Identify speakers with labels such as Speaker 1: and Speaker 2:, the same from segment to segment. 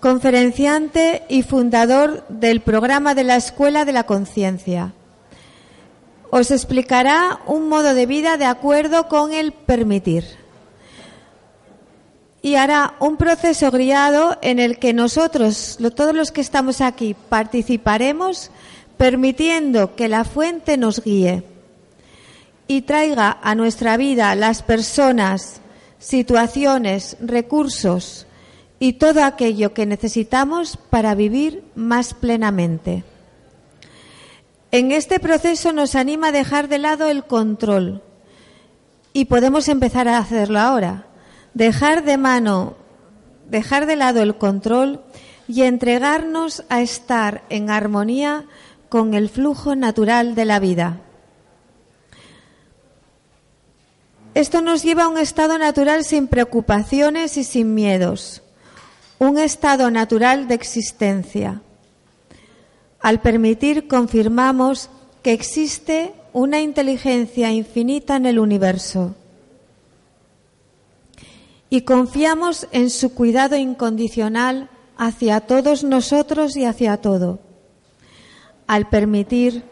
Speaker 1: conferenciante y fundador del programa de la Escuela de la Conciencia. Os explicará un modo de vida de acuerdo con el permitir. Y hará un proceso guiado en el que nosotros, todos los que estamos aquí, participaremos permitiendo que la fuente nos guíe y traiga a nuestra vida las personas, situaciones, recursos y todo aquello que necesitamos para vivir más plenamente. En este proceso nos anima a dejar de lado el control y podemos empezar a hacerlo ahora. Dejar de mano, dejar de lado el control y entregarnos a estar en armonía con el flujo natural de la vida. Esto nos lleva a un estado natural sin preocupaciones y sin miedos, un estado natural de existencia. Al permitir confirmamos que existe una inteligencia infinita en el universo y confiamos en su cuidado incondicional hacia todos nosotros y hacia todo. Al permitir,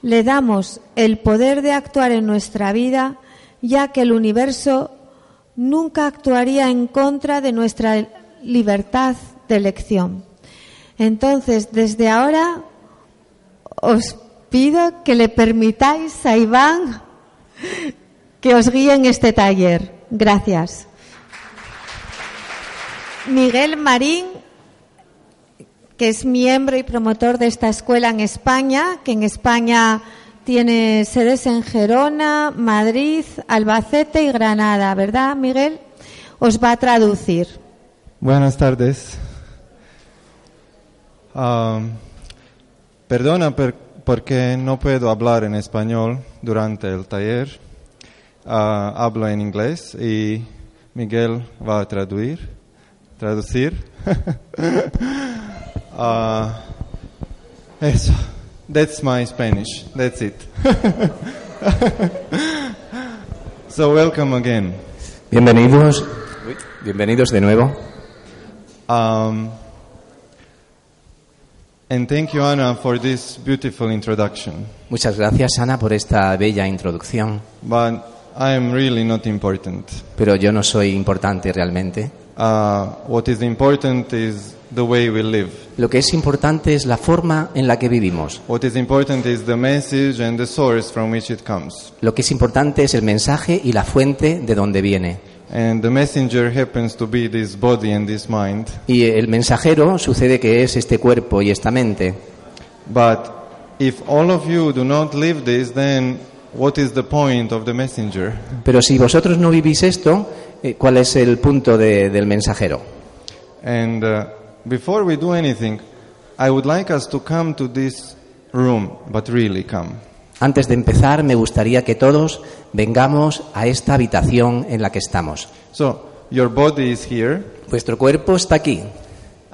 Speaker 1: le damos el poder de actuar en nuestra vida ya que el universo nunca actuaría en contra de nuestra libertad de elección. Entonces, desde ahora os pido que le permitáis a Iván que os guíe en este taller. Gracias. Miguel Marín, que es miembro y promotor de esta escuela en España, que en España tiene sedes en Gerona, Madrid, Albacete y Granada, ¿verdad, Miguel? Os va a traducir.
Speaker 2: Buenas tardes. Um, perdona per, porque no puedo hablar en español durante el taller. Uh, hablo en inglés y Miguel va a traducir. Traducir. uh, eso. That's my Spanish. That's it. so welcome again.
Speaker 3: Bienvenidos. Bienvenidos de nuevo.
Speaker 2: Um, and thank you, Anna, for this beautiful introduction.
Speaker 3: Muchas gracias, Ana, por esta bella introducción.
Speaker 2: But I am really not important.
Speaker 3: Pero yo no soy importante realmente.
Speaker 2: Uh, what is important is the way we live.
Speaker 3: Lo que es importante es la forma en la que vivimos.
Speaker 2: What is important is the message and the source from which it comes.
Speaker 3: Lo que es importante es el mensaje y la fuente de donde viene.
Speaker 2: And the messenger happens to be this body and this mind.
Speaker 3: Y el mensajero sucede que es este cuerpo y esta mente.
Speaker 2: But if all of you do not live this, then what is the point of the messenger?
Speaker 3: Pero si vosotros no vivís esto, eh, ¿cuál es el punto de, del mensajero?
Speaker 2: And uh, before we do anything, I would like us to come to this room, but really come.
Speaker 3: Antes de empezar, me gustaría que todos vengamos a esta habitación en la que estamos.
Speaker 2: So, your body is here.
Speaker 3: Vuestro cuerpo está aquí,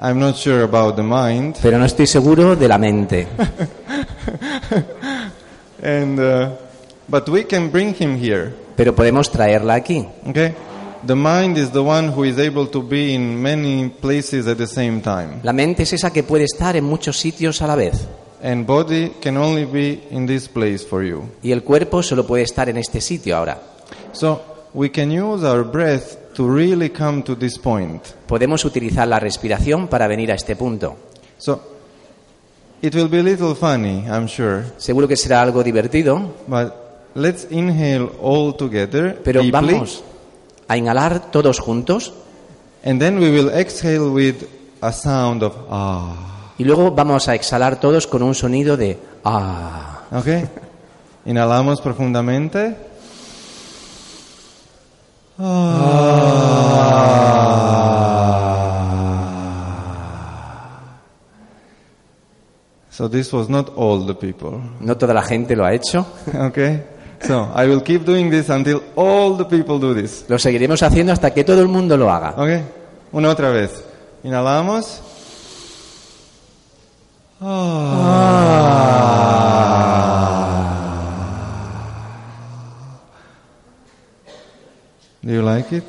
Speaker 2: I'm not sure about the mind.
Speaker 3: pero no estoy seguro de la mente.
Speaker 2: And uh, but we can bring him here.
Speaker 3: Pero podemos traerla aquí.
Speaker 2: Okay? The mind is the one who is able to be in many places at the same time.
Speaker 3: La mente es esa que puede estar en muchos sitios a la vez.
Speaker 2: And body can only be in this place for you.
Speaker 3: Y el cuerpo solo puede estar en este sitio ahora.
Speaker 2: So, we can use our breath to really come to this point.
Speaker 3: Podemos utilizar la respiración para venir a este punto.
Speaker 2: So, It will be a little funny, I'm sure,
Speaker 3: Seguro que será algo divertido,
Speaker 2: but let's inhale all together
Speaker 3: pero
Speaker 2: deeply,
Speaker 3: vamos a inhalar todos juntos
Speaker 2: and then we will exhale with a sound of ah.
Speaker 3: y luego vamos a exhalar todos con un sonido de ah.
Speaker 2: Okay? Inhalamos profundamente. Ah. So this was not all the people.
Speaker 3: No toda la gente lo ha hecho.
Speaker 2: Okay? So I will keep doing this until all the people do this.
Speaker 3: Lo seguiremos haciendo hasta que todo el mundo lo haga.
Speaker 2: Okay? Una otra vez. Inhalamos. Ah. Do you like it?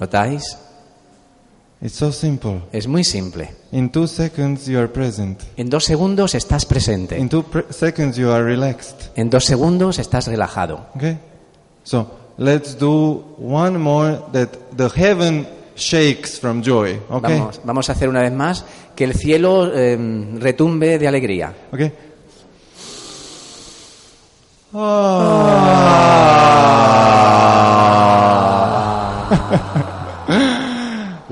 Speaker 3: ¿Notáis?
Speaker 2: It's so simple.
Speaker 3: Es muy simple.
Speaker 2: In two seconds you are present.
Speaker 3: En dos segundos estás presente.
Speaker 2: In two pre- seconds you are relaxed.
Speaker 3: En dos segundos estás relajado.
Speaker 2: Okay? So let's do one more that the heaven shakes from joy. Okay?
Speaker 3: Vamos, vamos a hacer una vez más que el cielo eh, retumbe de alegría.
Speaker 2: Okay? Ah.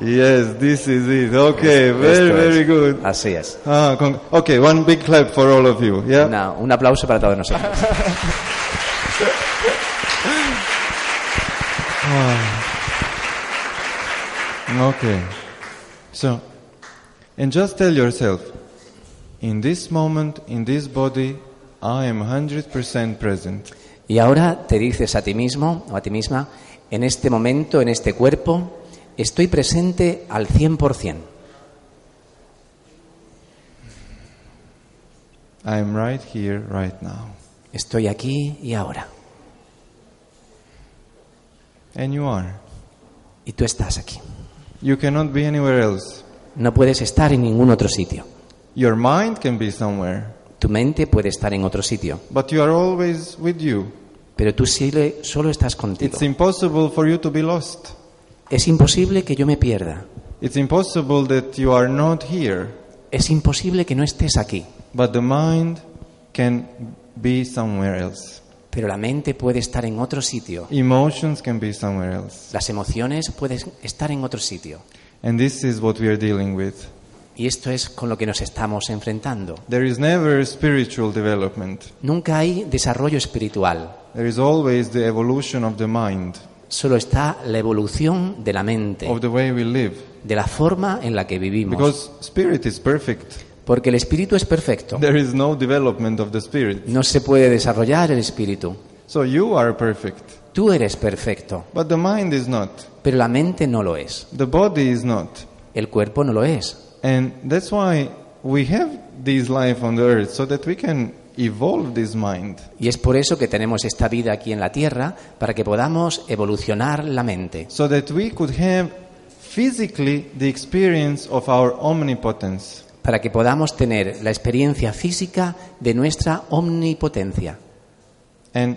Speaker 2: Yes, this is it. Okay, very,
Speaker 3: Esto es.
Speaker 2: very good.
Speaker 3: Así es.
Speaker 2: Ah, con- okay, one big clap for all of you. Yeah.
Speaker 3: Una- un aplauso para todos nosotros.
Speaker 2: Okay. So, and just tell yourself, in this moment, in this body, I am 100% present.
Speaker 3: Y ahora te dices a ti mismo o a ti misma, en este momento, en este cuerpo, estoy presente al 100%.
Speaker 2: I am right here, right now.
Speaker 3: Estoy aquí y ahora.
Speaker 2: And you are.
Speaker 3: Y tú estás aquí.
Speaker 2: You cannot be anywhere else.
Speaker 3: No puedes estar en ningún otro sitio.
Speaker 2: Your mind can be somewhere,
Speaker 3: Tu mente puede estar en otro sitio,
Speaker 2: but you are always with you.
Speaker 3: pero tú sí- solo estás contigo.
Speaker 2: It's impossible for you to be lost.
Speaker 3: Es imposible que yo me pierda.
Speaker 2: It's impossible that you are not here,
Speaker 3: Es imposible que no estés aquí.
Speaker 2: but the mind can be somewhere else.
Speaker 3: Pero la mente puede estar en otro sitio.
Speaker 2: Emotions can be somewhere else.
Speaker 3: Las emociones pueden estar en otro sitio.
Speaker 2: And this is what we are dealing with.
Speaker 3: Y esto es con lo que nos estamos enfrentando.
Speaker 2: There is never spiritual development.
Speaker 3: Nunca hay desarrollo espiritual.
Speaker 2: There is always the evolution of the mind,
Speaker 3: Solo está la evolución de la mente,
Speaker 2: of the way we live.
Speaker 3: de la forma en la que vivimos.
Speaker 2: Because spirit is perfect.
Speaker 3: Porque el espíritu es perfecto.
Speaker 2: There is no development of the spirit.
Speaker 3: No se puede desarrollar el espíritu.
Speaker 2: So you are perfect.
Speaker 3: Tú eres perfecto,
Speaker 2: But the mind is not.
Speaker 3: pero la mente no lo es.
Speaker 2: The body is not.
Speaker 3: El cuerpo no lo es.
Speaker 2: And that's why we have this life on the earth, so that we can evolve this mind.
Speaker 3: Y es por eso que tenemos esta vida aquí en la tierra, para que podamos evolucionar la mente.
Speaker 2: So that we could have physically the experience of our omnipotence.
Speaker 3: Para que podamos tener la experiencia física de nuestra omnipotencia.
Speaker 2: And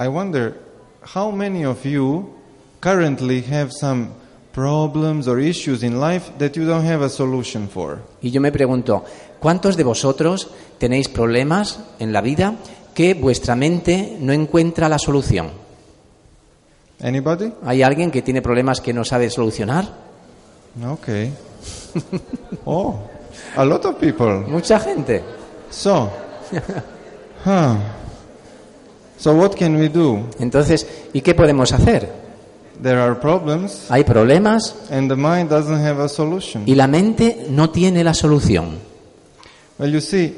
Speaker 2: I wonder how many of you currently have some problems or issues in life that you don't have a solution for.
Speaker 3: Y yo me pregunto, ¿cuántos de vosotros tenéis problemas en la vida que vuestra mente no encuentra la solución?
Speaker 2: Anybody?
Speaker 3: ¿Hay alguien que tiene problemas que no sabe solucionar?
Speaker 2: Okay. oh, a lot of people.
Speaker 3: Mucha gente.
Speaker 2: So, huh. So what can we do?
Speaker 3: Entonces, ¿y qué podemos hacer?
Speaker 2: There are problems
Speaker 3: Hay problemas
Speaker 2: and the mind doesn't have a solution.
Speaker 3: y la mente no tiene la solución.
Speaker 2: Well, you see,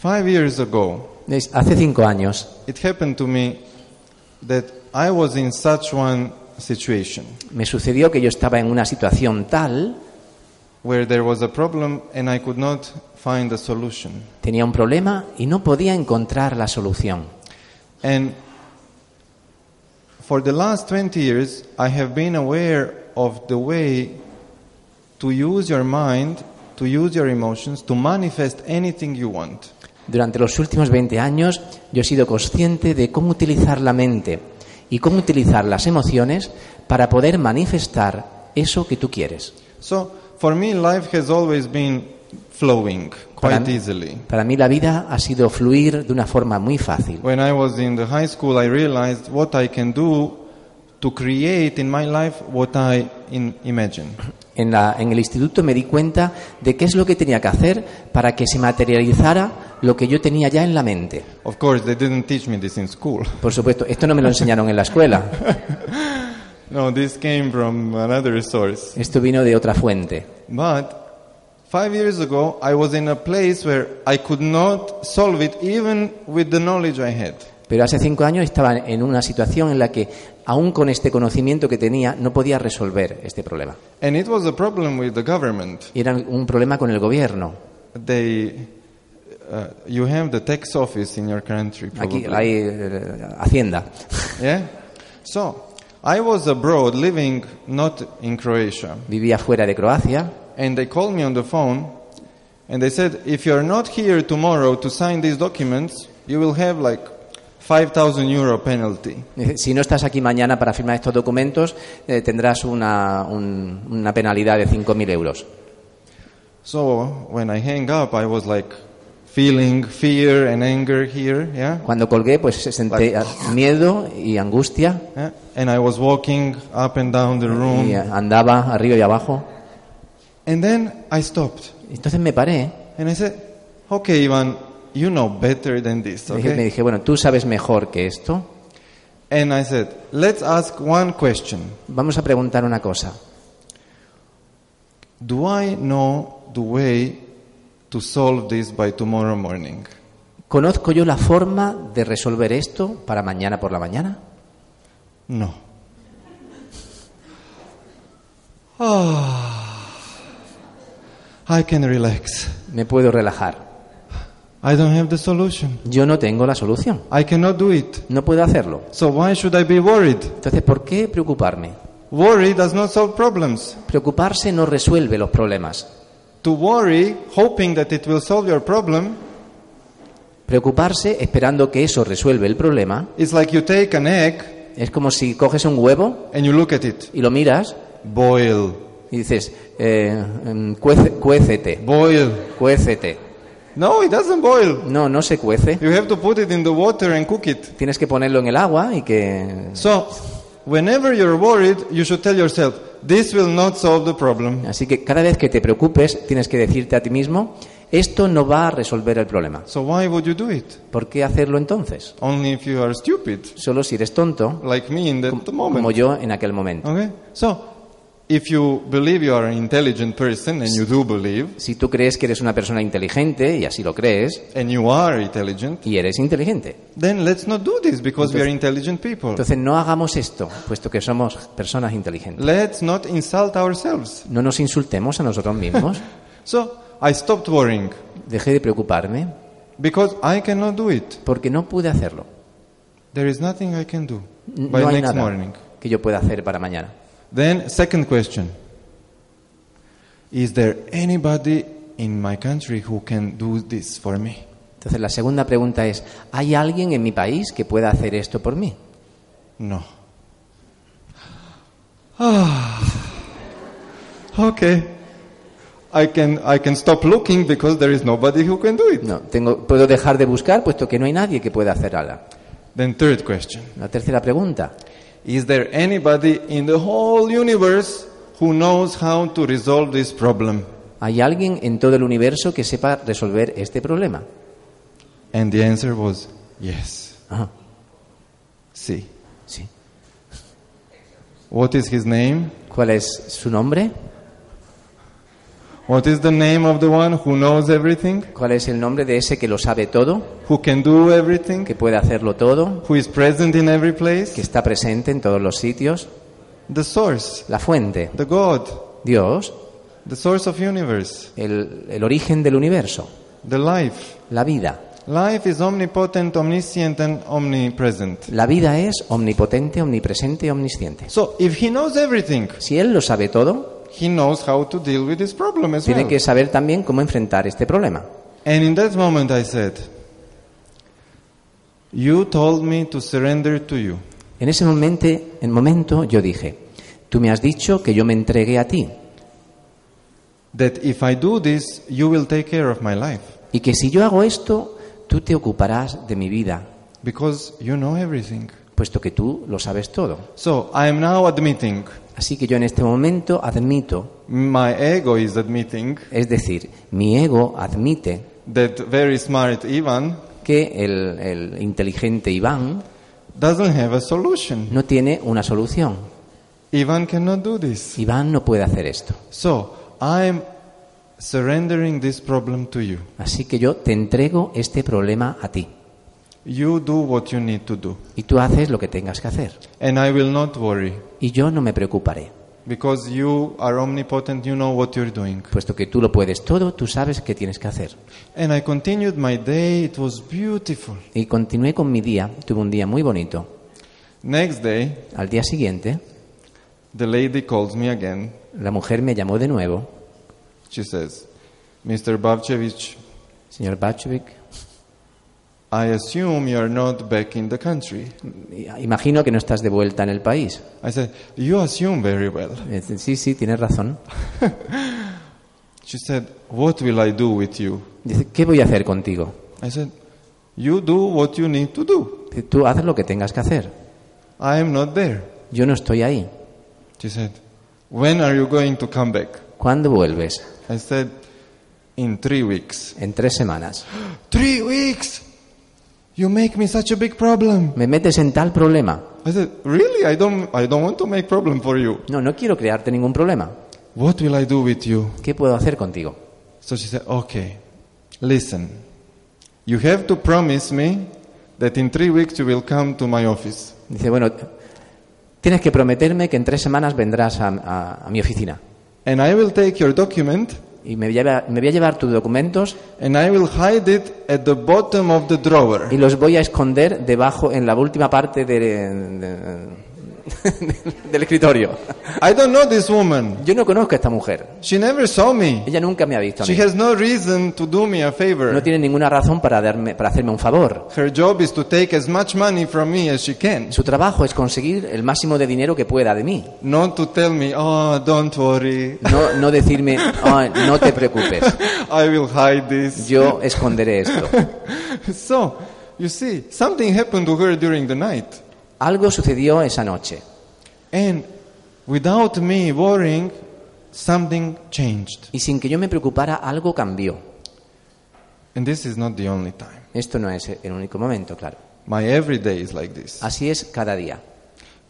Speaker 2: 5 years ago,
Speaker 3: Es- Hace cinco años
Speaker 2: it happened to me that I was in such one situation
Speaker 3: me sucedió que yo estaba en una situación tal,
Speaker 2: where there was a problem and I could not find a solution.
Speaker 3: tenía un problema y no podía encontrar la solución.
Speaker 2: And for the last 20 years, I have been aware of the way to use your mind, to use your emotions, to manifest anything you want.
Speaker 3: Durante los últimos 20 años yo he sido consciente de cómo utilizar la mente y cómo utilizar las emociones para poder manifestar eso que tú quieres.
Speaker 2: So, For me, life has always been flowing
Speaker 3: Para,
Speaker 2: quite easily.
Speaker 3: para mí la vida ha sido fluir de una forma muy fácil.
Speaker 2: When I was in the high school, I realized what I can do to create in my life what I in- imagine.
Speaker 3: En, la- en el instituto me di cuenta de qué es lo que tenía que hacer para que se materializara lo que yo tenía ya en la mente.
Speaker 2: Of course, they didn't teach me this in school.
Speaker 3: Por supuesto, esto no me lo enseñaron en la escuela,
Speaker 2: No, this came from another source.
Speaker 3: esto vino de otra fuente.
Speaker 2: But five years ago, I was in a place where I could not solve it even with the knowledge I had.
Speaker 3: Pero hace cinco años estaba en una situación en la que, aún con este conocimiento que tenía, no podía resolver este problema.
Speaker 2: And it was a problem with the government.
Speaker 3: Era un problema con el gobierno.
Speaker 2: They, uh, you have the tax office in your country,
Speaker 3: Aquí
Speaker 2: probably.
Speaker 3: hay eh, Hacienda.
Speaker 2: Yeah? So, I was abroad living not in Croatia.
Speaker 3: Vivía fuera de Croacia
Speaker 2: And they called me on the phone and they said, if you're not here tomorrow to sign these documents, you will have like 5,000 euro penalty.
Speaker 3: Dice, Eh, Si no estás aquí mañana para firmar estos documentos, eh, tendrás una, un- una penalidad de 5.000 euros.
Speaker 2: So when I hang up, I was like feeling fear and anger here, yeah?
Speaker 3: Cuando colgué, pues sentí
Speaker 2: Vale.
Speaker 3: miedo y angustia
Speaker 2: Yeah? And I was walking up and down the
Speaker 3: y
Speaker 2: room.
Speaker 3: andaba arriba y abajo.
Speaker 2: And then I stopped
Speaker 3: Entonces me paré ¿eh?
Speaker 2: and I said, okay, Ivan, you know better than this,
Speaker 3: me dije- me
Speaker 2: okay?
Speaker 3: dije, bueno, tú sabes mejor que esto.
Speaker 2: And I said, let's ask one question.
Speaker 3: Vamos a preguntar una cosa.
Speaker 2: Do I know the way to solve this by tomorrow morning?
Speaker 3: ¿Conozco yo la forma de resolver esto para mañana por la mañana?
Speaker 2: No. Ah, I can relax.
Speaker 3: Me puedo relajar.
Speaker 2: I don't have the solution.
Speaker 3: Yo no tengo la solución.
Speaker 2: I cannot do it.
Speaker 3: No puedo hacerlo.
Speaker 2: So why should I be worried?
Speaker 3: Entonces, ¿por qué preocuparme?
Speaker 2: Worry does not solve problems.
Speaker 3: Preocuparse no resuelve los problemas.
Speaker 2: To worry, hoping that it will solve your problem,
Speaker 3: Preocuparse esperando que eso resuelve el problema
Speaker 2: is like you take an egg
Speaker 3: es como si coges un huevo
Speaker 2: and you look at it.
Speaker 3: y lo miras
Speaker 2: Boil,
Speaker 3: y dices, eh, em, cuece- cuécete,
Speaker 2: boil.
Speaker 3: cuécete.
Speaker 2: No, it doesn't boil.
Speaker 3: No, no se cuece.
Speaker 2: You have to put it in the water and cook it.
Speaker 3: Tienes que ponerlo en el agua y que...
Speaker 2: So, whenever you're worried, you should tell yourself, this will not solve the problem.
Speaker 3: Así que cada vez que te preocupes tienes que decirte a ti mismo, esto no va a resolver el problema.
Speaker 2: So why would you do it?
Speaker 3: ¿Por qué hacerlo entonces?
Speaker 2: Only if you are stupid,
Speaker 3: Solo si eres tonto,
Speaker 2: like me in that
Speaker 3: como
Speaker 2: moment.
Speaker 3: yo en aquel momento.
Speaker 2: Okay? So, if you believe you are an intelligent person, and you do believe,
Speaker 3: Si tú crees que eres una persona inteligente, y así lo crees,
Speaker 2: and you are intelligent,
Speaker 3: y eres inteligente.
Speaker 2: then let's not do this because we are intelligent people.
Speaker 3: Entonces no hagamos esto, puesto que somos personas inteligentes.
Speaker 2: Let's not insult ourselves.
Speaker 3: No nos insultemos a nosotros mismos.
Speaker 2: So, I stopped worrying
Speaker 3: Dejé de preocuparme
Speaker 2: because I cannot do it.
Speaker 3: porque no pude hacerlo.
Speaker 2: There is nothing I can do
Speaker 3: N-
Speaker 2: by
Speaker 3: no hay
Speaker 2: next
Speaker 3: nada
Speaker 2: morning.
Speaker 3: que yo pueda hacer para mañana.
Speaker 2: Then, second question Is there anybody in my country who can do this for me?
Speaker 3: Entonces la segunda pregunta es, ¿hay alguien en mi país que pueda hacer esto por mí?
Speaker 2: No. Ah, okay. I can, I can stop looking because there is nobody who can do it.
Speaker 3: No, tengo, puedo dejar de buscar puesto que no hay nadie que pueda hacer ala.
Speaker 2: Then, third question
Speaker 3: La tercera pregunta,
Speaker 2: Is there anybody in the whole universe who knows how to resolve this problem?
Speaker 3: ¿hay alguien en todo el universo que sepa resolver este problema?
Speaker 2: And the answer was yes.
Speaker 3: Ah,
Speaker 2: See.
Speaker 3: sí.
Speaker 2: What is his name?
Speaker 3: ¿Cuál es su nombre?
Speaker 2: What is the name of the one who knows everything,
Speaker 3: ¿Cuál es el nombre de ese que lo sabe todo,
Speaker 2: who can do everything,
Speaker 3: que puede hacerlo todo,
Speaker 2: who is present in every
Speaker 3: que
Speaker 2: place?
Speaker 3: está presente en todos los sitios?
Speaker 2: The source,
Speaker 3: La fuente,
Speaker 2: the God,
Speaker 3: Dios,
Speaker 2: the source of universe,
Speaker 3: el, el origen del universo,
Speaker 2: the life.
Speaker 3: la vida.
Speaker 2: Life is omnipotent, omniscient, and omnipresent.
Speaker 3: La vida es omnipotente, omnipresente, omnisciente.
Speaker 2: So, if he knows everything,
Speaker 3: Si él lo sabe todo,
Speaker 2: he knows how to deal with this problem as
Speaker 3: tiene
Speaker 2: well.
Speaker 3: que saber también cómo enfrentar este problema.
Speaker 2: And in that moment, I said, You told me to surrender to you.
Speaker 3: En ese momento, en momento yo dije, tú me has dicho que yo me entregué a ti.
Speaker 2: that if I do this, you will take care of my life
Speaker 3: Y que si yo hago esto, tú te ocuparás de mi vida,
Speaker 2: because you know everything.
Speaker 3: puesto que tú lo sabes todo.
Speaker 2: So I am now admitting,
Speaker 3: Así que yo en este momento admito,
Speaker 2: my ego is admitting
Speaker 3: es decir, mi ego admite
Speaker 2: that very smart Ivan
Speaker 3: que el, el inteligente Iván
Speaker 2: doesn't have a solution.
Speaker 3: no tiene una solución.
Speaker 2: Ivan cannot do this.
Speaker 3: Iván no puede hacer esto.
Speaker 2: So I am surrendering this problem to you.
Speaker 3: Así que yo te entrego este problema a ti
Speaker 2: You do what you need to do.
Speaker 3: y tú haces lo que tengas que hacer.
Speaker 2: And I will not worry
Speaker 3: Y yo no me preocuparé,
Speaker 2: because you are omnipotent, you know what you're doing.
Speaker 3: puesto que tú lo puedes todo, tú sabes qué tienes que hacer.
Speaker 2: And I continued my day, it was beautiful.
Speaker 3: Y continué con mi día, tuve un día muy bonito.
Speaker 2: Next day,
Speaker 3: Al día siguiente,
Speaker 2: the lady calls me again.
Speaker 3: la mujer me llamó de nuevo,
Speaker 2: She says, Mr. Babchevich,
Speaker 3: señor Bachwick,
Speaker 2: I assume you are not back in the country.
Speaker 3: imagino que no estás de vuelta en el país.
Speaker 2: I said, You assume very well.
Speaker 3: Eh, Sí, sí, tienes razón.
Speaker 2: She said, What will I do with you?
Speaker 3: Dice, ¿qué voy a hacer contigo?
Speaker 2: I said, You do what you need to do.
Speaker 3: Dice, Tú haces lo que tengas que hacer.
Speaker 2: I am not there.
Speaker 3: Yo no estoy ahí.
Speaker 2: She said, When are you going to come back?
Speaker 3: ¿Cuándo vuelves?
Speaker 2: I said, In three weeks.
Speaker 3: En tres semanas.
Speaker 2: Three weeks! You make me such a big problem.
Speaker 3: Me metes en tal problema.
Speaker 2: I said, Really? I don't, I don't want to make problem for you.
Speaker 3: No, no quiero crearte ningún problema.
Speaker 2: What will I do with you?
Speaker 3: ¿Qué puedo hacer contigo?
Speaker 2: So she said, Okay, listen. You have to promise me that in three weeks you will come to my office.
Speaker 3: Dice, bueno, tienes que prometerme que en tres semanas vendrás a, a- a mi oficina.
Speaker 2: And I will take your document
Speaker 3: Y me voy, a, llevar- me voy a llevar tus documentos
Speaker 2: and I will hide it at the bottom of the drawer.
Speaker 3: y los voy a esconder debajo, en la última parte de- de- del escritorio.
Speaker 2: I don't know this woman.
Speaker 3: Yo no conozco a esta mujer.
Speaker 2: She never saw me.
Speaker 3: Ella nunca me ha visto. a
Speaker 2: She
Speaker 3: mí.
Speaker 2: has no reason to do me a
Speaker 3: No
Speaker 2: favor.
Speaker 3: tiene ninguna razón para, darme, para hacerme un favor.
Speaker 2: Her job is to take as much money from me as she can.
Speaker 3: Su trabajo es conseguir el máximo de dinero que pueda de mí.
Speaker 2: Not to tell me, oh, don't worry,
Speaker 3: No, no decirme, "Ah, no te preocupes,
Speaker 2: I will hide this.
Speaker 3: yo esconderé esto.
Speaker 2: So, you see, something happened to her during the night.
Speaker 3: Algo sucedió esa noche.
Speaker 2: And without me worrying, something changed.
Speaker 3: Y sin que yo me preocupara, algo cambió.
Speaker 2: And this is not the only time.
Speaker 3: Esto no es el único momento, claro.
Speaker 2: My everyday is like this.
Speaker 3: Así es cada día.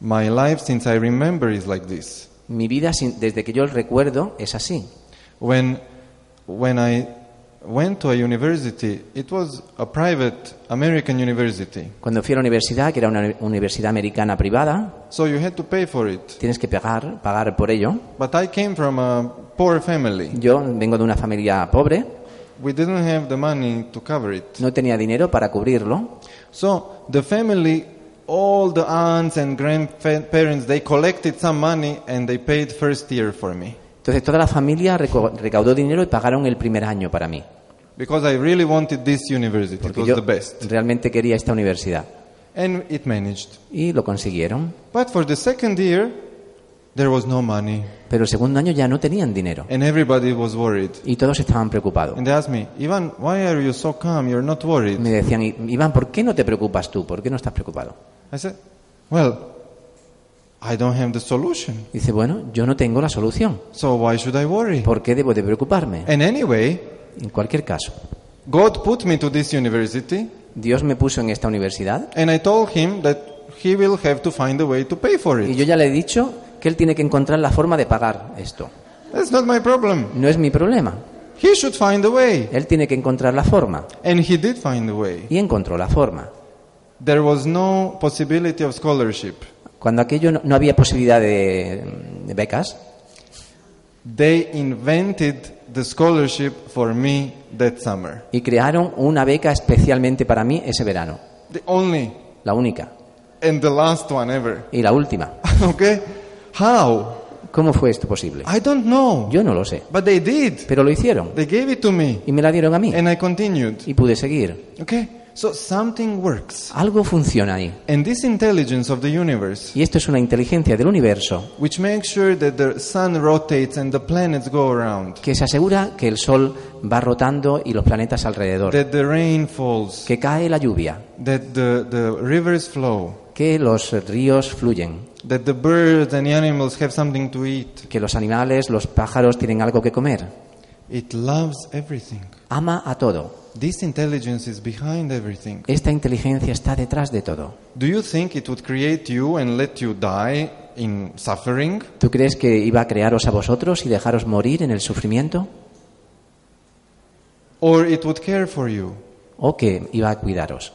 Speaker 2: My life since I remember is like this.
Speaker 3: Mi vida, sin- desde que yo recuerdo, es así.
Speaker 2: When, when I went to a university, it was a private American university.
Speaker 3: Cuando fui a la universidad, que era una uni- universidad americana privada,
Speaker 2: So you had to pay for it.
Speaker 3: tienes que pagar, pagar por ello.
Speaker 2: But I came from a poor family.
Speaker 3: Yo vengo de una familia pobre,
Speaker 2: We didn't have the money to cover it.
Speaker 3: no tenía dinero para cubrirlo,
Speaker 2: So the family, all the aunts and grandparents, they collected some money and they paid first year for me.
Speaker 3: Entonces toda la familia reco- recaudó dinero y pagaron el primer año para mí.
Speaker 2: Because I really wanted this university. It
Speaker 3: Porque
Speaker 2: was
Speaker 3: yo
Speaker 2: the best.
Speaker 3: realmente quería esta universidad.
Speaker 2: And it managed.
Speaker 3: Y lo consiguieron.
Speaker 2: But for the second year, there was no money.
Speaker 3: Pero el segundo año ya no tenían dinero.
Speaker 2: And everybody was worried.
Speaker 3: Y todos estaban preocupados.
Speaker 2: And they asked me, Ivan, why are you so calm? You're not worried.
Speaker 3: Me decían, "I- Iván, ¿por qué no te preocupas tú? ¿Por qué no estás preocupado?
Speaker 2: I said, well, I don't have the solution.
Speaker 3: Dice, bueno, yo no tengo la solución.
Speaker 2: So why should I worry?
Speaker 3: ¿Por qué debo de preocuparme?
Speaker 2: And anyway,
Speaker 3: En cualquier caso,
Speaker 2: God put me to this university
Speaker 3: Dios me puso en esta universidad
Speaker 2: and I told him that he will have to find a way to pay for
Speaker 3: y
Speaker 2: it.
Speaker 3: yo ya le he dicho que él tiene que encontrar la forma de pagar esto.
Speaker 2: That's not my problem.
Speaker 3: No es mi problema.
Speaker 2: He should find a way.
Speaker 3: Él tiene que encontrar la forma.
Speaker 2: And he did find a way.
Speaker 3: Y encontró la forma.
Speaker 2: There was no possibility of scholarship.
Speaker 3: Cuando aquello no, no había posibilidad de, de becas,
Speaker 2: They invented the scholarship for me that summer.
Speaker 3: y crearon una beca especialmente para mí ese verano,
Speaker 2: The only
Speaker 3: la única
Speaker 2: and the last one ever.
Speaker 3: y la última.
Speaker 2: okay? How?
Speaker 3: ¿Cómo fue esto posible?
Speaker 2: I don't know.
Speaker 3: Yo no lo sé,
Speaker 2: But they did.
Speaker 3: pero lo hicieron
Speaker 2: They gave it to me
Speaker 3: y me la dieron a mí
Speaker 2: and I continued.
Speaker 3: y pude seguir.
Speaker 2: Okay? So something works.
Speaker 3: Algo funciona ahí.
Speaker 2: And this intelligence of the universe,
Speaker 3: Y esto es una inteligencia del universo
Speaker 2: which makes sure that the sun rotates and the planets go around,
Speaker 3: que se asegura que el Sol va rotando y los planetas alrededor,
Speaker 2: that the rain falls,
Speaker 3: que cae la lluvia,
Speaker 2: that the, the rivers flow,
Speaker 3: que los ríos fluyen,
Speaker 2: that the birds and the animals have something to eat.
Speaker 3: que los animales, los pájaros tienen algo que comer.
Speaker 2: It loves everything.
Speaker 3: Ama a todo.
Speaker 2: This intelligence is behind everything.
Speaker 3: Esta inteligencia está detrás de todo.
Speaker 2: Do you think it would create you and let you die in suffering?
Speaker 3: ¿Tú crees que iba a crearos a vosotros y dejaros morir en el sufrimiento?
Speaker 2: Or it would care for you?
Speaker 3: ¿O que iba a cuidaros?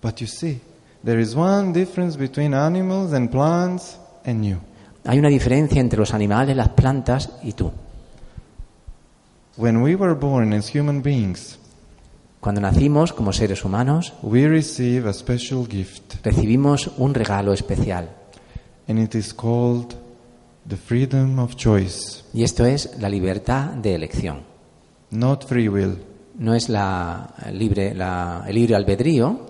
Speaker 2: But you see, there is one difference between animals and plants and you.
Speaker 3: Hay una diferencia entre los animales, las plantas y tú.
Speaker 2: When we were born as human beings,
Speaker 3: Cuando nacimos como seres humanos,
Speaker 2: we receive a special gift,
Speaker 3: recibimos un regalo especial.
Speaker 2: and it is called the freedom of choice,
Speaker 3: Y esto es la libertad de elección.
Speaker 2: not free will,
Speaker 3: No es la libre, la- el libre albedrío,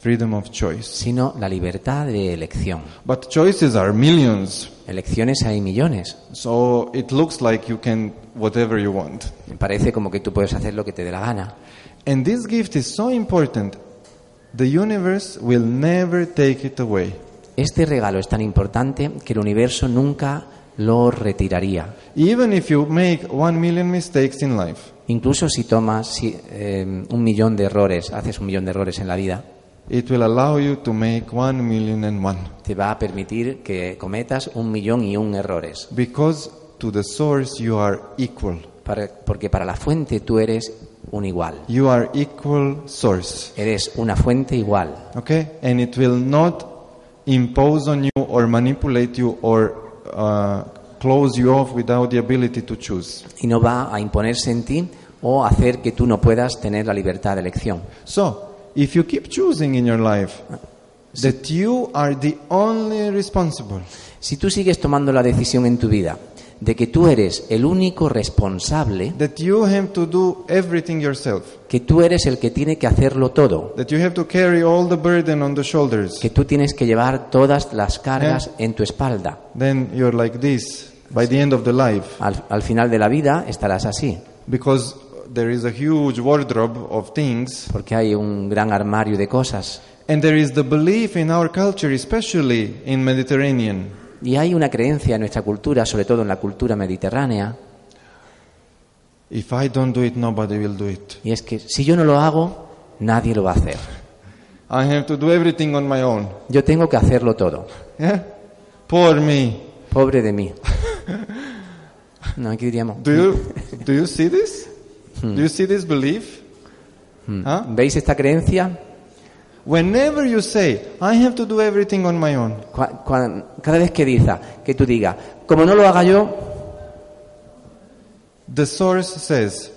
Speaker 2: freedom of choice.
Speaker 3: sino la libertad de elección.
Speaker 2: But choices are millions,
Speaker 3: Elecciones hay millones.
Speaker 2: so it looks like you can whatever you want.
Speaker 3: Parece como que tú puedes hacer lo que te dé la gana.
Speaker 2: And this gift is so important, the universe will never take it away.
Speaker 3: Este regalo es tan importante que el universo nunca lo retiraría.
Speaker 2: Even if you make one million mistakes in life,
Speaker 3: Incluso si tomas si, eh, un millón de errores, haces un millón de errores en la vida,
Speaker 2: it will allow you to make one million and one.
Speaker 3: te va a permitir que cometas un millón y un errores.
Speaker 2: Because to the source you are equal.
Speaker 3: Para- porque para la fuente tú eres un igual.
Speaker 2: You are equal source.
Speaker 3: Eres una fuente igual.
Speaker 2: Okay? And it will not impose on you or manipulate you or uh, close you off without the ability to choose.
Speaker 3: Y no va a imponerse en ti o hacer que tú no puedas tener la libertad de elección.
Speaker 2: So, if you keep choosing in your life that you are the only responsible,
Speaker 3: Si tú sigues tomando la decisión en tu vida de que tú eres el único responsable,
Speaker 2: that you have to do everything yourself,
Speaker 3: que tú eres el que tiene que hacerlo todo,
Speaker 2: that you have to carry all the burden on the shoulders,
Speaker 3: que tú tienes que llevar todas las cargas en tu espalda.
Speaker 2: then you're like this by the end of the life.
Speaker 3: Al, al final de la vida estarás así,
Speaker 2: because there is a huge wardrobe of things
Speaker 3: porque hay un gran armario de cosas.
Speaker 2: and there is the belief in our culture especially in mediterranean
Speaker 3: Y hay una creencia en nuestra cultura, sobre todo en la cultura mediterránea,
Speaker 2: if i don't do it nobody will do it
Speaker 3: y es que si yo no lo hago, nadie lo va a hacer.
Speaker 2: i have to do everything on my own
Speaker 3: Yo tengo que hacerlo todo.
Speaker 2: yeah poor me
Speaker 3: Pobre de mí. No, aquí diríamos.
Speaker 2: do you do you see this do you see this belief huh?
Speaker 3: ¿Veis esta creencia?
Speaker 2: whenever you say i have to do everything on my own
Speaker 3: Cua- cua- Cada vez que diga, que tú digas, como no lo haga yo,
Speaker 2: the source says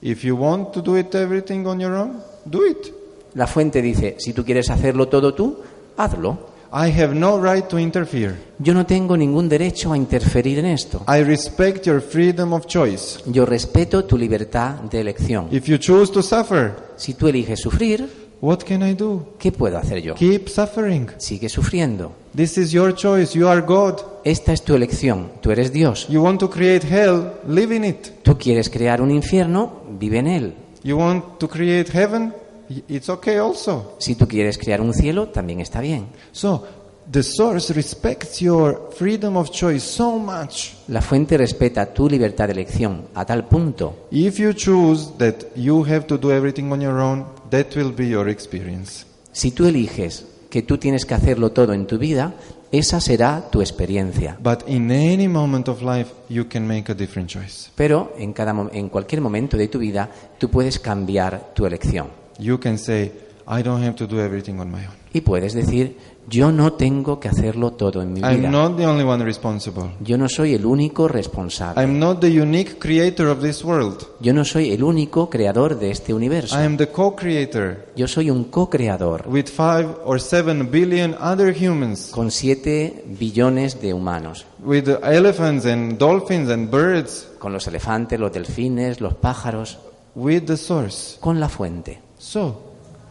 Speaker 2: if you want to do it everything on your own do it
Speaker 3: la fuente dice, si tú quieres hacerlo todo tú, hazlo.
Speaker 2: i have no right to interfere
Speaker 3: Yo no tengo ningún derecho a interferir en esto.
Speaker 2: I respect your freedom of choice.
Speaker 3: Yo respeto tu libertad de elección.
Speaker 2: If you choose to suffer,
Speaker 3: Si tú eliges sufrir,
Speaker 2: what can I do?
Speaker 3: ¿qué puedo hacer yo?
Speaker 2: Keep suffering.
Speaker 3: Sigue sufriendo.
Speaker 2: This is your choice. You are God.
Speaker 3: Esta es tu elección. Tú eres Dios.
Speaker 2: You want to create hell, live in it.
Speaker 3: Tú quieres crear un infierno, vive en él.
Speaker 2: You want to create heaven, Y- it's okay also.
Speaker 3: Si tú quieres crear un cielo, también está bien.
Speaker 2: So, the source respects your freedom of choice so much.
Speaker 3: La fuente respeta tu libertad de elección a tal punto
Speaker 2: If you choose that you have to do everything on your own, that will be your experience.
Speaker 3: Si tú eliges que tú tienes que hacerlo todo en tu vida, esa será tu experiencia.
Speaker 2: But in any moment of life, you can make a different choice.
Speaker 3: Pero en, cada, mo- en cualquier momento de tu vida tú puedes cambiar tu elección
Speaker 2: You can say, I don't have to do everything on my own.
Speaker 3: y puedes decir, yo no tengo que hacerlo todo en mi
Speaker 2: I'm
Speaker 3: vida.
Speaker 2: not the only one responsible.
Speaker 3: Yo no soy el único responsable.
Speaker 2: I'm not the unique creator of this world.
Speaker 3: Yo no soy el único creador de este universo.
Speaker 2: I am the co-creator
Speaker 3: Yo soy un co-creador
Speaker 2: with five or seven billion other humans,
Speaker 3: con siete billones de humanos,
Speaker 2: with elephants and dolphins and birds,
Speaker 3: con los elefantes, los delfines, los pájaros,
Speaker 2: with the source.
Speaker 3: con la fuente.
Speaker 2: So,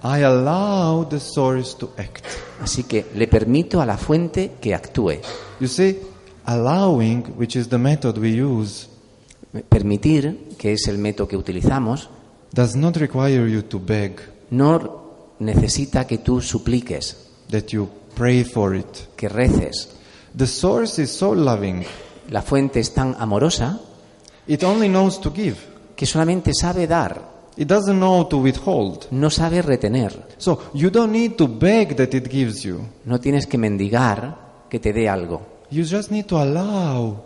Speaker 2: I allow the source to act.
Speaker 3: Así que le permito a la fuente que actúe.
Speaker 2: You see, allowing, which is the method we use,
Speaker 3: Permitir, que es el método que utilizamos,
Speaker 2: does not require you to beg,
Speaker 3: no necesita que tú supliques,
Speaker 2: that you pray for it.
Speaker 3: que reces.
Speaker 2: The source is so loving,
Speaker 3: La fuente es tan amorosa
Speaker 2: it only knows to give,
Speaker 3: que solamente sabe dar,
Speaker 2: it doesn't know to withhold.
Speaker 3: no sabe retener.
Speaker 2: So, you don't need to beg that it gives you,
Speaker 3: No tienes que mendigar que te dé algo.
Speaker 2: you just need to allow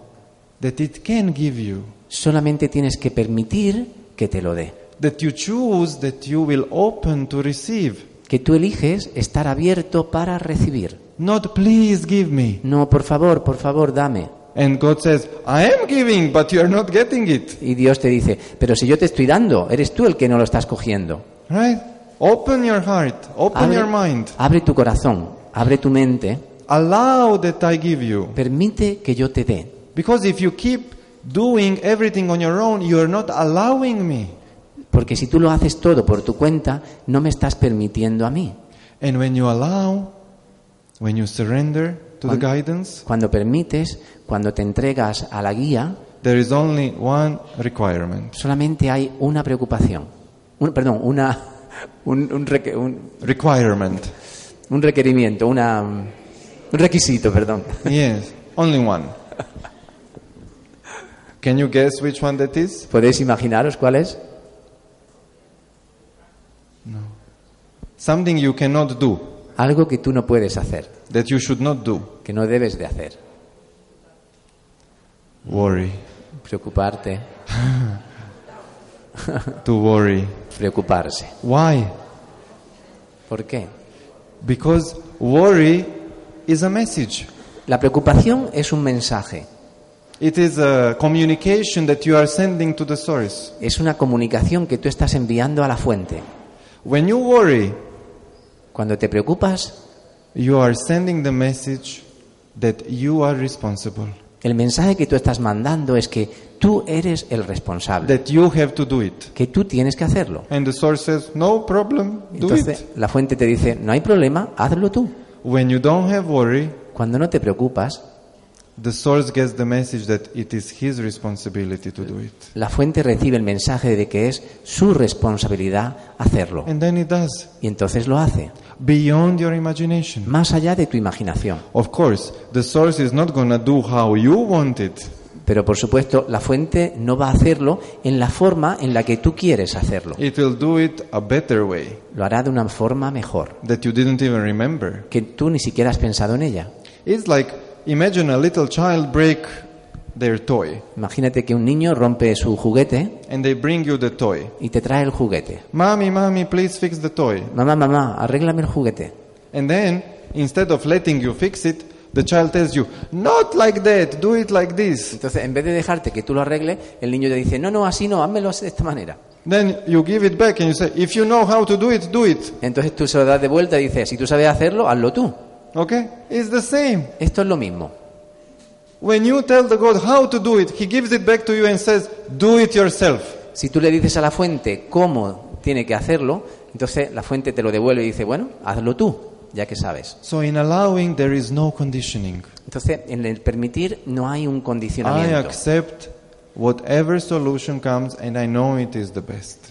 Speaker 2: that it can give you.
Speaker 3: Solamente tienes que permitir que te lo dé.
Speaker 2: That you choose that you will open to receive.
Speaker 3: Que tú eliges estar abierto para recibir.
Speaker 2: Not please give me.
Speaker 3: No, por favor, por favor, dame.
Speaker 2: And God says, I am giving, but you are not getting it.
Speaker 3: Y Dios te dice, pero si yo te estoy dando, eres tú el que no lo estás cogiendo.
Speaker 2: Right? Open your heart, open
Speaker 3: Abre,
Speaker 2: your mind.
Speaker 3: abre tu corazón, abre tu mente,
Speaker 2: Allow that I give you.
Speaker 3: permite que yo te dé.
Speaker 2: Because if you keep doing everything on your own, you are not allowing me.
Speaker 3: Porque si tú lo haces todo por tu cuenta, no me estás permitiendo a mí.
Speaker 2: And when you allow, when you surrender to the
Speaker 3: Cuan-
Speaker 2: guidance,
Speaker 3: Cuando permites, cuando te entregas a la guía,
Speaker 2: there is only one requirement.
Speaker 3: solamente hay una preocupación. Un- perdón, una, un, un reque- un-
Speaker 2: Requirement.
Speaker 3: un requerimiento, una, un requisito, perdón.
Speaker 2: Yes, only one. Can you guess which one that is?
Speaker 3: ¿Podéis imaginaros cuál es?
Speaker 2: Something you cannot do,
Speaker 3: Algo que tú no puedes hacer,
Speaker 2: that you should not do.
Speaker 3: que no debes de hacer.
Speaker 2: Worry.
Speaker 3: Preocuparte,
Speaker 2: To worry.
Speaker 3: preocuparse.
Speaker 2: Why?
Speaker 3: ¿Por qué?
Speaker 2: Because worry is a message.
Speaker 3: La preocupación es un mensaje,
Speaker 2: It is a communication that you are sending to the source.
Speaker 3: es una comunicación que tú estás enviando a la fuente.
Speaker 2: When you worry,
Speaker 3: Cuando te preocupas,
Speaker 2: you are sending the message that you are responsible,
Speaker 3: el mensaje que tú estás mandando es que tú eres el responsable,
Speaker 2: that you have to do it.
Speaker 3: que tú tienes que hacerlo.
Speaker 2: And the source says, no problem, do
Speaker 3: Entonces
Speaker 2: it.
Speaker 3: la fuente te dice, no hay problema, hazlo tú.
Speaker 2: When you don't have worry,
Speaker 3: Cuando no te preocupas,
Speaker 2: the source gets the message that it is his responsibility to do it.
Speaker 3: la fuente recibe el mensaje de que es su responsabilidad hacerlo.
Speaker 2: And then it does,
Speaker 3: Y entonces lo hace,
Speaker 2: beyond your imagination.
Speaker 3: más allá de tu imaginación.
Speaker 2: Of course, the source is not gonna do how you want it.
Speaker 3: Pero por supuesto, la fuente no va a hacerlo en la forma en la que tú quieres hacerlo.
Speaker 2: It will do it a better way
Speaker 3: Lo hará de una forma mejor,
Speaker 2: that you didn't even remember.
Speaker 3: que tú ni siquiera has pensado en ella.
Speaker 2: It's like imagine a little child break their toy
Speaker 3: Imagínate que un niño rompe su juguete
Speaker 2: and they bring you the toy.
Speaker 3: y te trae el juguete.
Speaker 2: Mommy, mommy, please fix the toy.
Speaker 3: Mamá, mamá, arréglame el juguete.
Speaker 2: And then instead of letting you fix it, the child tells you, "Not like that, do it like this."
Speaker 3: Entonces, en vez de dejarte que tú lo arregles, el niño te dice, no, no, así no, házmelo de esta manera.
Speaker 2: Then you give it back and you say, "If you know how to do it, do it."
Speaker 3: Entonces tú se lo das de vuelta y dices, si tú sabes hacerlo, hazlo tú.
Speaker 2: Okay? It's the same.
Speaker 3: Esto es lo mismo.
Speaker 2: When you tell the God how to do it, he gives it back to you and says, "Do it yourself."
Speaker 3: Si tú le dices a la fuente cómo tiene que hacerlo, entonces la fuente te lo devuelve y dice, bueno, hazlo tú, ya que sabes.
Speaker 2: So in allowing there is no conditioning.
Speaker 3: Entonces, en el permitir no hay un
Speaker 2: I
Speaker 3: condicionamiento.
Speaker 2: accept whatever solution comes and I know it is the best.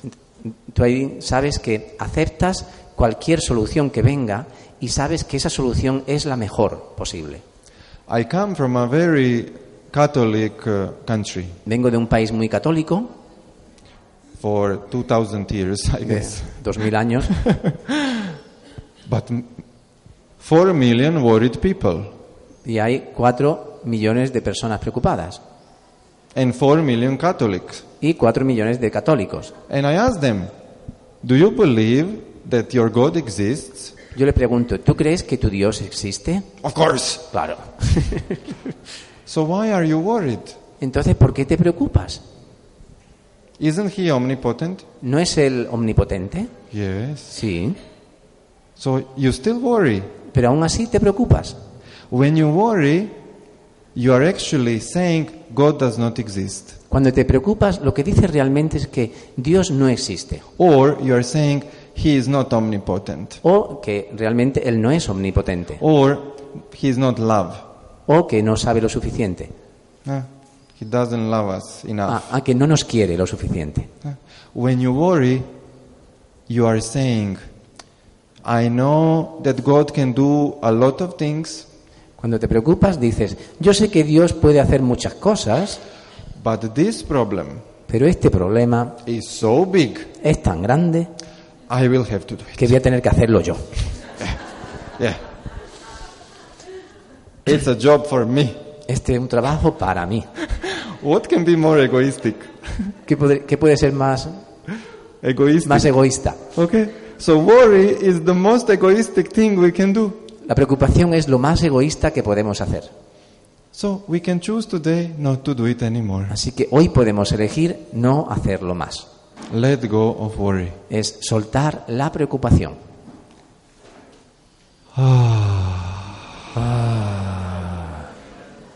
Speaker 3: Tú ahí sabes que aceptas cualquier solución que venga y sabes que esa solución es la mejor posible.
Speaker 2: I come from a very Catholic uh, country
Speaker 3: Vengo de un país muy católico,
Speaker 2: for 2000 years, I guess.
Speaker 3: dos mil años,
Speaker 2: But m- 4 million worried people
Speaker 3: y hay cuatro millones de personas preocupadas
Speaker 2: and 4 million Catholics.
Speaker 3: y cuatro millones de católicos.
Speaker 2: And I ask them, "Do you believe that your God exists?"
Speaker 3: Yo le pregunto, ¿tú crees que tu Dios existe?
Speaker 2: Of course.
Speaker 3: Claro.
Speaker 2: So why are you worried?
Speaker 3: Entonces, ¿por qué te preocupas?
Speaker 2: Isn't he omnipotent?
Speaker 3: ¿No es el omnipotente?
Speaker 2: Yes.
Speaker 3: Sí.
Speaker 2: So you still worry.
Speaker 3: Pero aún así te preocupas.
Speaker 2: When you worry, you are actually saying God does not exist.
Speaker 3: Cuando te preocupas, lo que dices realmente es que Dios no existe.
Speaker 2: Or you are saying he is not omnipotent,
Speaker 3: o que realmente Él no es omnipotente,
Speaker 2: or he is not love.
Speaker 3: o que no sabe lo suficiente, Ah,
Speaker 2: Ah, he doesn't love us enough.
Speaker 3: a, a que no nos quiere lo suficiente.
Speaker 2: Ah. When you worry, you are saying, I know that God can do a lot of things,
Speaker 3: Cuando te preocupas dices, yo sé que Dios puede hacer muchas cosas,
Speaker 2: but this problem
Speaker 3: pero este problema
Speaker 2: is so big,
Speaker 3: es tan grande
Speaker 2: I will have to do it.
Speaker 3: que voy a tener que hacerlo yo.
Speaker 2: Yeah. It's a job for me.
Speaker 3: Este es un trabajo para mí.
Speaker 2: What can be more egoistic?
Speaker 3: ¿Qué puede, qué puede ser más,
Speaker 2: Egoistic.
Speaker 3: más egoísta?
Speaker 2: Okay. So worry is the most egoistic thing we can do.
Speaker 3: La preocupación es lo más egoísta que podemos hacer.
Speaker 2: So we can choose today not to do it anymore.
Speaker 3: Así que hoy podemos elegir no hacerlo más.
Speaker 2: Let go of worry.
Speaker 3: Es soltar la preocupación.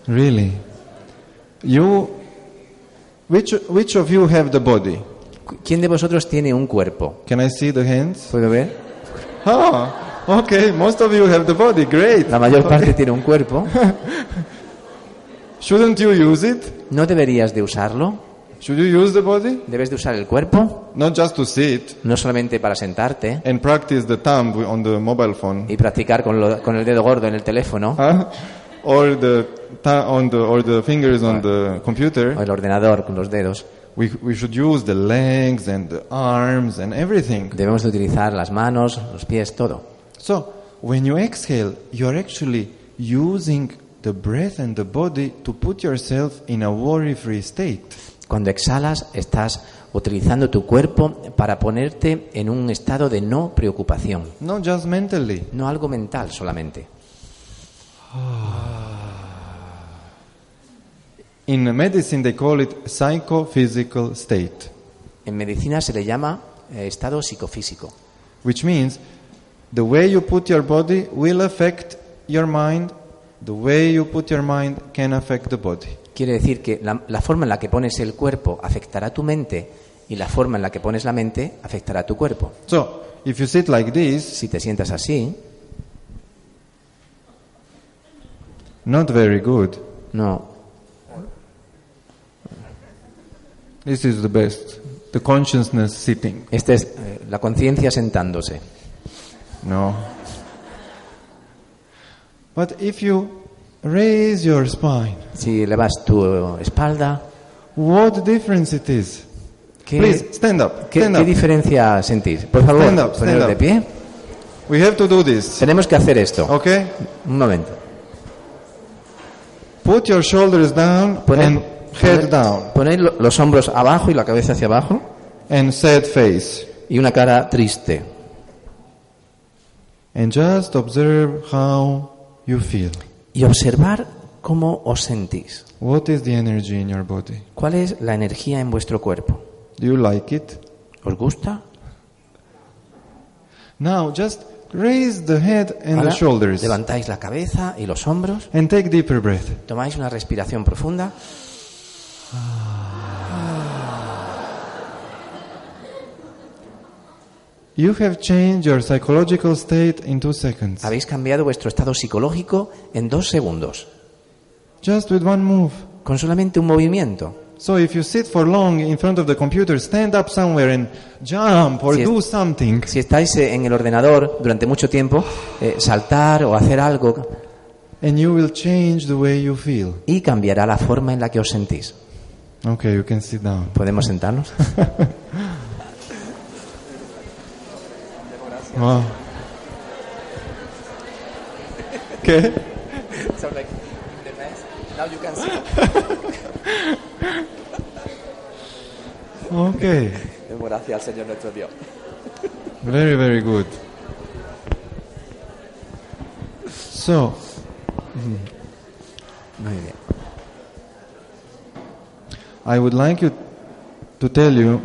Speaker 2: Really? You which which of you have the body?
Speaker 3: Cu- ¿Quién de vosotros tiene un cuerpo?
Speaker 2: Can I see the hands?
Speaker 3: ¿Puedo ver?
Speaker 2: Ah, okay, most of you have the body. Great.
Speaker 3: La mayor parte tiene un cuerpo.
Speaker 2: Shouldn't you use it?
Speaker 3: ¿No deberías de usarlo?
Speaker 2: Should you use the body?
Speaker 3: Debes de usar el cuerpo,
Speaker 2: Not just to see it
Speaker 3: no solamente para sentarte
Speaker 2: and practice the thumb on the mobile phone.
Speaker 3: y practicar con, lo- con el dedo gordo en el teléfono
Speaker 2: Huh? Or the th- on the or the fingers on the
Speaker 3: o
Speaker 2: computer.
Speaker 3: el ordenador con los dedos.
Speaker 2: We we should use the legs and the arms and everything.
Speaker 3: Debemos de utilizar las manos, los pies, todo.
Speaker 2: So, when you exhale, you are actually using the breath and the body to put yourself in a worry free state.
Speaker 3: Cuando exhalas estás utilizando tu cuerpo para ponerte en un estado de no preocupación,
Speaker 2: Not just mentally.
Speaker 3: no algo mental solamente.
Speaker 2: In medicine, they call it psychophysical state,
Speaker 3: En medicina se le llama eh, estado psicofísico.
Speaker 2: which means the way you put your body will affect your mind, the way you put your mind can affect the body.
Speaker 3: Quiere decir que la, la forma en la que pones el cuerpo afectará tu mente y la forma en la que pones la mente afectará tu cuerpo.
Speaker 2: So, if you sit like this,
Speaker 3: Si te sientas así,
Speaker 2: not very good.
Speaker 3: no,
Speaker 2: This is the best. The consciousness sitting.
Speaker 3: esta es eh, la conciencia sentándose.
Speaker 2: No. But if you raise your spine,
Speaker 3: Si elevas tu espalda,
Speaker 2: what difference it is?
Speaker 3: ¿qué,
Speaker 2: Please stand up.
Speaker 3: qué-
Speaker 2: Stand
Speaker 3: qué
Speaker 2: up.
Speaker 3: diferencia sentís? Por favor,
Speaker 2: Stand up, stand
Speaker 3: poneros de
Speaker 2: up.
Speaker 3: pie.
Speaker 2: We have to do this.
Speaker 3: Tenemos que hacer esto.
Speaker 2: Okay?
Speaker 3: Un momento.
Speaker 2: Put your shoulders down and head down
Speaker 3: poner lo- los hombros abajo y la cabeza hacia abajo
Speaker 2: and sad face.
Speaker 3: y una cara triste.
Speaker 2: And just observe how you feel.
Speaker 3: Y observar cómo os sentís.
Speaker 2: What is the energy in your body?
Speaker 3: ¿Cuál es la energía en vuestro cuerpo?
Speaker 2: Do you like it?
Speaker 3: ¿Os gusta?
Speaker 2: Now just raise the head and the
Speaker 3: Ahora
Speaker 2: shoulders
Speaker 3: levantáis la cabeza y los hombros,
Speaker 2: and take deeper breath.
Speaker 3: tomáis una respiración profunda
Speaker 2: You have changed your psychological state in two seconds.
Speaker 3: Habéis cambiado vuestro estado psicológico en dos segundos,
Speaker 2: Just with one move.
Speaker 3: con solamente un movimiento.
Speaker 2: So if you sit for long in front of the computer, stand up somewhere and jump or
Speaker 3: Yes.
Speaker 2: do something.
Speaker 3: Si estáis eh, en el ordenador durante mucho tiempo, eh, saltar o hacer algo
Speaker 2: And you will change the way you feel.
Speaker 3: y cambiará la forma en la que os sentís.
Speaker 2: Okay, you can sit down.
Speaker 3: ¿Podemos sentarnos?
Speaker 2: Wow. Okay. Okay.
Speaker 3: Gracias al Señor nuestro Dios.
Speaker 2: Very, very good. So, hmm.
Speaker 3: Muy bien.
Speaker 2: I would like you to tell you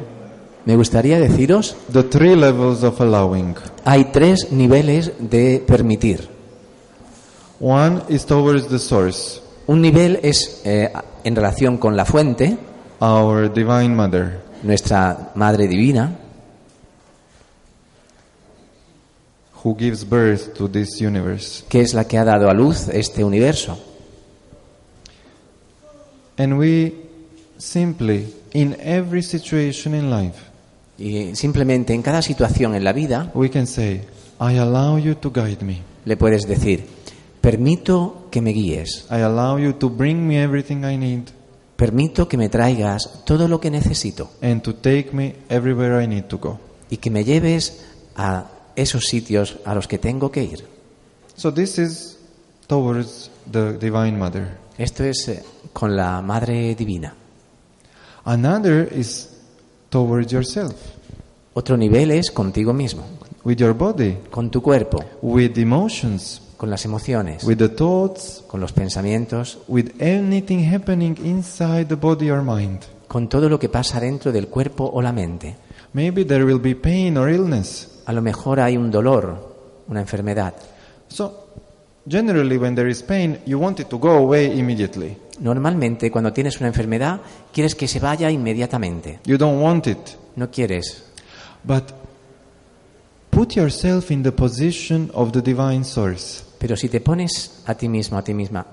Speaker 3: Me gustaría deciros,
Speaker 2: the three levels of allowing.
Speaker 3: hay tres niveles de permitir.
Speaker 2: One is towards the source,
Speaker 3: Un nivel es eh, en relación con la fuente,
Speaker 2: our Divine Mother.
Speaker 3: nuestra Madre Divina.
Speaker 2: who gives birth to this universe.
Speaker 3: que es la que ha dado a luz este universo.
Speaker 2: And we simply, in every situation in life,
Speaker 3: Y simplemente en cada situación en la vida
Speaker 2: we can say, I allow you to guide me.
Speaker 3: le puedes decir, permito que me guíes,
Speaker 2: I allow you to bring me everything I need
Speaker 3: permito que me traigas todo lo que necesito
Speaker 2: and to take me everywhere I need to go.
Speaker 3: y que me lleves a esos sitios a los que tengo que ir.
Speaker 2: So this is towards the Divine Mother.
Speaker 3: Esto es eh, con la Madre Divina.
Speaker 2: Another is towards yourself,
Speaker 3: Otro nivel es contigo mismo,
Speaker 2: with your body,
Speaker 3: con tu cuerpo,
Speaker 2: with emotions,
Speaker 3: con las emociones,
Speaker 2: with the thoughts,
Speaker 3: con los pensamientos,
Speaker 2: with anything happening inside the body or mind.
Speaker 3: con todo lo que pasa dentro del cuerpo o la mente.
Speaker 2: Maybe there will be pain or illness.
Speaker 3: A lo mejor hay un dolor, una enfermedad.
Speaker 2: So, generally, when there is pain, you want it to go away immediately.
Speaker 3: Normalmente cuando tienes una enfermedad quieres que se vaya inmediatamente.
Speaker 2: You don't want it.
Speaker 3: No quieres.
Speaker 2: But put yourself in the position of the divine source.
Speaker 3: Pero si te pones a ti mismo, a ti misma,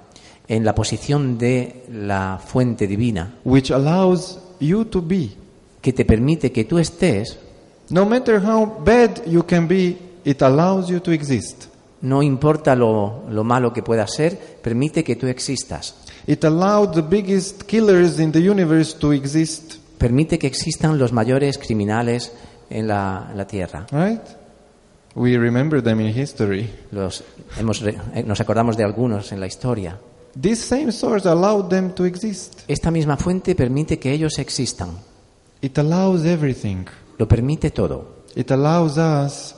Speaker 3: en la posición de la fuente divina
Speaker 2: which allows you to be.
Speaker 3: que te permite que tú estés,
Speaker 2: No matter how bad you can be, it allows you to exist.
Speaker 3: no importa lo, lo malo que pueda ser, permite que tú existas.
Speaker 2: It allowed the biggest killers in the universe to exist,
Speaker 3: Permite que existan los mayores criminales en la, en la tierra.
Speaker 2: right? We remember them in history.
Speaker 3: Los, hemos re- eh, nos acordamos de algunos en la historia.
Speaker 2: This same source allowed them to exist.
Speaker 3: Esta misma fuente permite que ellos existan.
Speaker 2: It allows everything.
Speaker 3: Lo permite todo.
Speaker 2: It allows us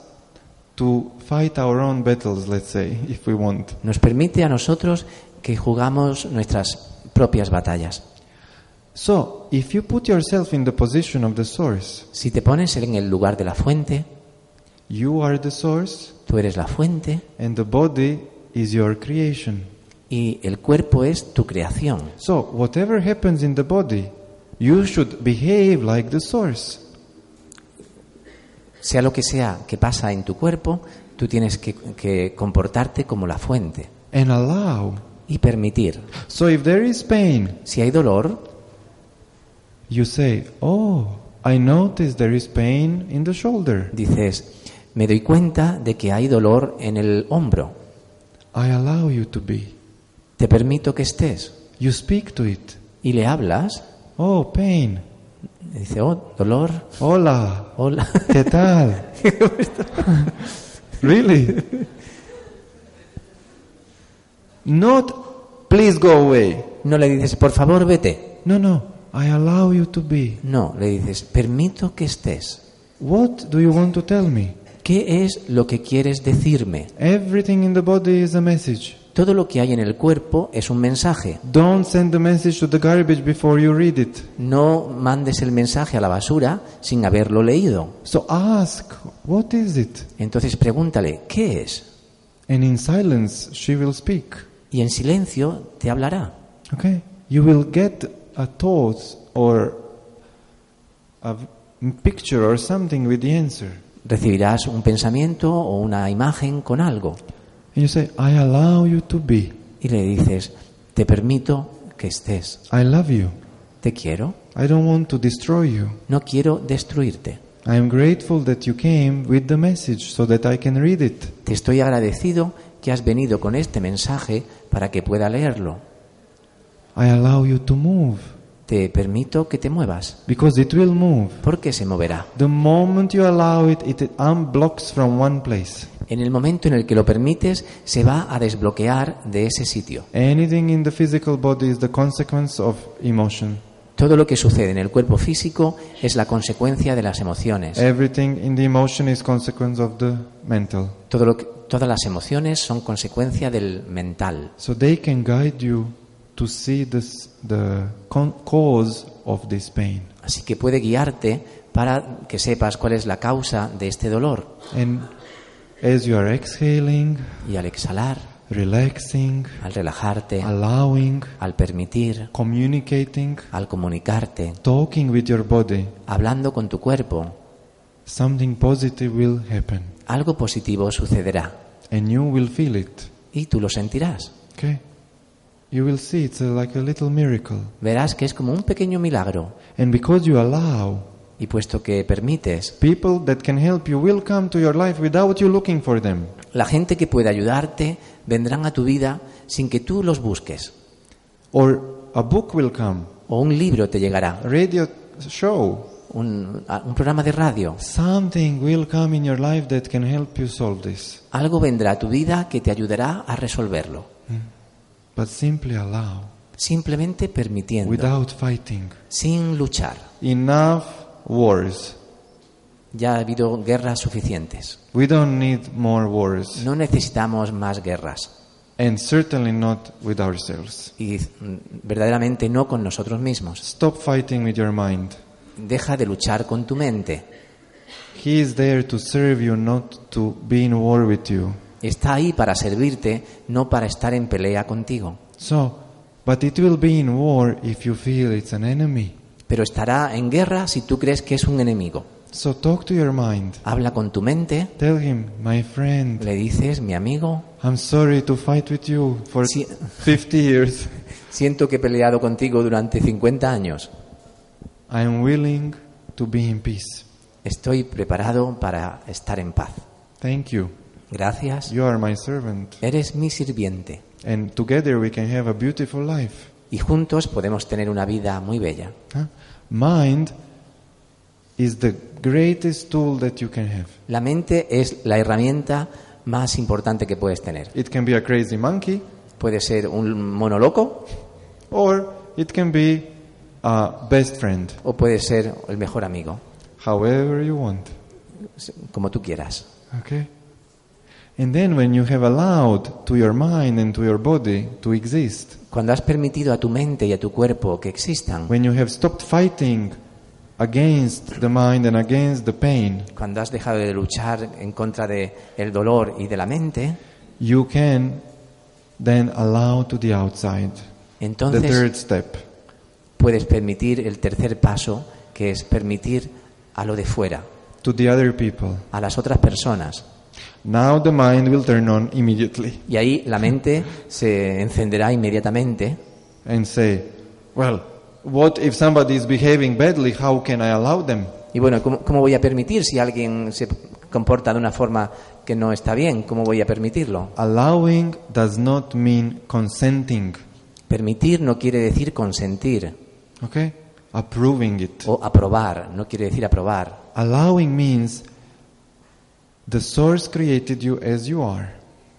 Speaker 2: to fight our own battles, let's say, if we want.
Speaker 3: nos permite a nosotros que jugamos nuestras propias batallas.
Speaker 2: So, if you put yourself in the position of the source,
Speaker 3: Si te pones en el lugar de la fuente,
Speaker 2: you are the source
Speaker 3: tú eres la fuente
Speaker 2: and the body is your creation.
Speaker 3: y el cuerpo es tu creación.
Speaker 2: So, whatever happens in the body, you should behave like the source.
Speaker 3: Sea lo que sea que pasa en tu cuerpo, tú tienes que, que comportarte como la fuente
Speaker 2: and allow.
Speaker 3: y permitir.
Speaker 2: So if there is pain,
Speaker 3: Si hay dolor,
Speaker 2: you say, Oh, I notice there is pain in the shoulder.
Speaker 3: dices, me doy cuenta de que hay dolor en el hombro.
Speaker 2: I allow you to be.
Speaker 3: Te permito que estés.
Speaker 2: You speak to it.
Speaker 3: Y le hablas,
Speaker 2: Oh, pain.
Speaker 3: y dice, oh, dolor,
Speaker 2: Hola.
Speaker 3: hola.
Speaker 2: ¿Qué tal? really? Not, please go away.
Speaker 3: No le dices, por favor, vete.
Speaker 2: No, no. I allow you to be.
Speaker 3: No, le dices, permito que estés.
Speaker 2: What do you want to tell me?
Speaker 3: ¿Qué es lo que quieres decirme?
Speaker 2: Everything in the body is a message.
Speaker 3: Todo lo que hay en el cuerpo es un mensaje.
Speaker 2: Don't send the message to the garbage before you read it.
Speaker 3: No mandes el mensaje a la basura sin haberlo leído.
Speaker 2: So ask, what is it?
Speaker 3: Entonces pregúntale, ¿qué es?
Speaker 2: And in silence she will speak.
Speaker 3: Y en silencio te hablará.
Speaker 2: Okay? You will get a thought or a v- picture or something with the answer.
Speaker 3: Recibirás un pensamiento o una imagen con algo.
Speaker 2: And you say, I allow you to be.
Speaker 3: Y le dices, te permito que estés.
Speaker 2: I love you.
Speaker 3: Te quiero.
Speaker 2: I don't want to destroy you.
Speaker 3: No quiero destruirte.
Speaker 2: I am grateful that you came with the message so that I can read it.
Speaker 3: Te estoy agradecido que has venido con este mensaje para que pueda leerlo.
Speaker 2: I allow you to move
Speaker 3: Te permito que te muevas,
Speaker 2: because it will move.
Speaker 3: porque se moverá.
Speaker 2: The moment you allow it, it unblocks from one place.
Speaker 3: En el momento en el que lo permites, se va a desbloquear de ese sitio.
Speaker 2: Anything in the physical body is the consequence of emotion.
Speaker 3: Todo lo que sucede en el cuerpo físico es la consecuencia de las emociones.
Speaker 2: Eh. Everything in the emotion is consequence of the mental.
Speaker 3: Todo lo que- todas las emociones son consecuencia del mental.
Speaker 2: So they can guide you to see this, the con- cause of this pain.
Speaker 3: Así que puede guiarte para que sepas cuál es la causa de este dolor.
Speaker 2: And as you are exhaling,
Speaker 3: Y al exhalar,
Speaker 2: relaxing,
Speaker 3: al relajarte,
Speaker 2: allowing,
Speaker 3: al permitir,
Speaker 2: communicating,
Speaker 3: al comunicarte,
Speaker 2: talking with your body,
Speaker 3: hablando con tu cuerpo,
Speaker 2: something positive will happen
Speaker 3: algo positivo sucederá
Speaker 2: and you will feel it.
Speaker 3: y tú lo sentirás.
Speaker 2: Okay? You will see it's uh, like a little miracle.
Speaker 3: Verás que es como un pequeño milagro
Speaker 2: And because you allow,
Speaker 3: y puesto que permites,
Speaker 2: people that can help you will come to your life without you looking for them.
Speaker 3: la gente que puede ayudarte vendrán a tu vida sin que tú los busques.
Speaker 2: Or a book will come,
Speaker 3: O un libro te llegará,
Speaker 2: a radio show.
Speaker 3: un, a- un programa de radio.
Speaker 2: Something will come in your life that can help you solve this.
Speaker 3: Algo vendrá a tu vida que te ayudará a resolverlo.
Speaker 2: But simply allow,
Speaker 3: Simplemente permitiendo,
Speaker 2: without fighting.
Speaker 3: sin luchar.
Speaker 2: Enough wars.
Speaker 3: Ya ha habido guerras suficientes.
Speaker 2: We don't need more wars.
Speaker 3: No necesitamos más guerras.
Speaker 2: And certainly not with ourselves.
Speaker 3: Y mm, verdaderamente no con nosotros mismos.
Speaker 2: Stop fighting with your mind.
Speaker 3: Deja de luchar con tu mente.
Speaker 2: He is there to serve you, not to be in war with you.
Speaker 3: Está ahí para servirte, no para estar en pelea contigo.
Speaker 2: So, but it will be in war if you feel it's an enemy.
Speaker 3: Pero estará en guerra si tú crees que es un enemigo.
Speaker 2: So talk to your mind.
Speaker 3: Habla con tu mente,
Speaker 2: Tell him, my friend,
Speaker 3: le dices, mi amigo,
Speaker 2: I'm sorry to fight with you for
Speaker 3: Sí.
Speaker 2: 50 years.
Speaker 3: siento que he peleado contigo durante 50 años.
Speaker 2: I am willing to be in peace.
Speaker 3: Estoy preparado para estar en paz.
Speaker 2: Thank you.
Speaker 3: Gracias.
Speaker 2: You are my servant.
Speaker 3: Eres mi sirviente.
Speaker 2: And together we can have a beautiful life.
Speaker 3: Y juntos podemos tener una vida muy bella.
Speaker 2: Huh? Mind is the greatest tool that you can have.
Speaker 3: La mente es la herramienta más importante que puedes tener.
Speaker 2: It can be a crazy monkey,
Speaker 3: Puede ser un mono loco
Speaker 2: or it can be a best friend,
Speaker 3: o puede ser el mejor amigo,
Speaker 2: however you want.
Speaker 3: como tú quieras.
Speaker 2: Okay? And then when you have allowed to your mind and to your body to exist,
Speaker 3: Cuando has permitido a tu mente y a tu cuerpo que existan,
Speaker 2: when you have stopped fighting against the mind and against the pain,
Speaker 3: cuando has dejado de luchar en contra del el dolor y de la mente,
Speaker 2: you can then allow to the outside the
Speaker 3: entonces
Speaker 2: third step.
Speaker 3: puedes permitir el tercer paso, que es permitir a lo de fuera,
Speaker 2: To the other people.
Speaker 3: a las otras personas.
Speaker 2: Now the mind will turn on immediately
Speaker 3: Y ahí la mente se encenderá inmediatamente
Speaker 2: and say, Well, what if somebody is behaving badly? How can I allow them?
Speaker 3: Y bueno, ¿cómo, cómo voy a permitir si alguien se comporta de una forma que no está bien? ¿Cómo voy a permitirlo?
Speaker 2: Allowing does not mean consenting,
Speaker 3: Permitir no quiere decir consentir
Speaker 2: okay? Approving it.
Speaker 3: o aprobar, no quiere decir aprobar.
Speaker 2: Allowing means the source created you as you are.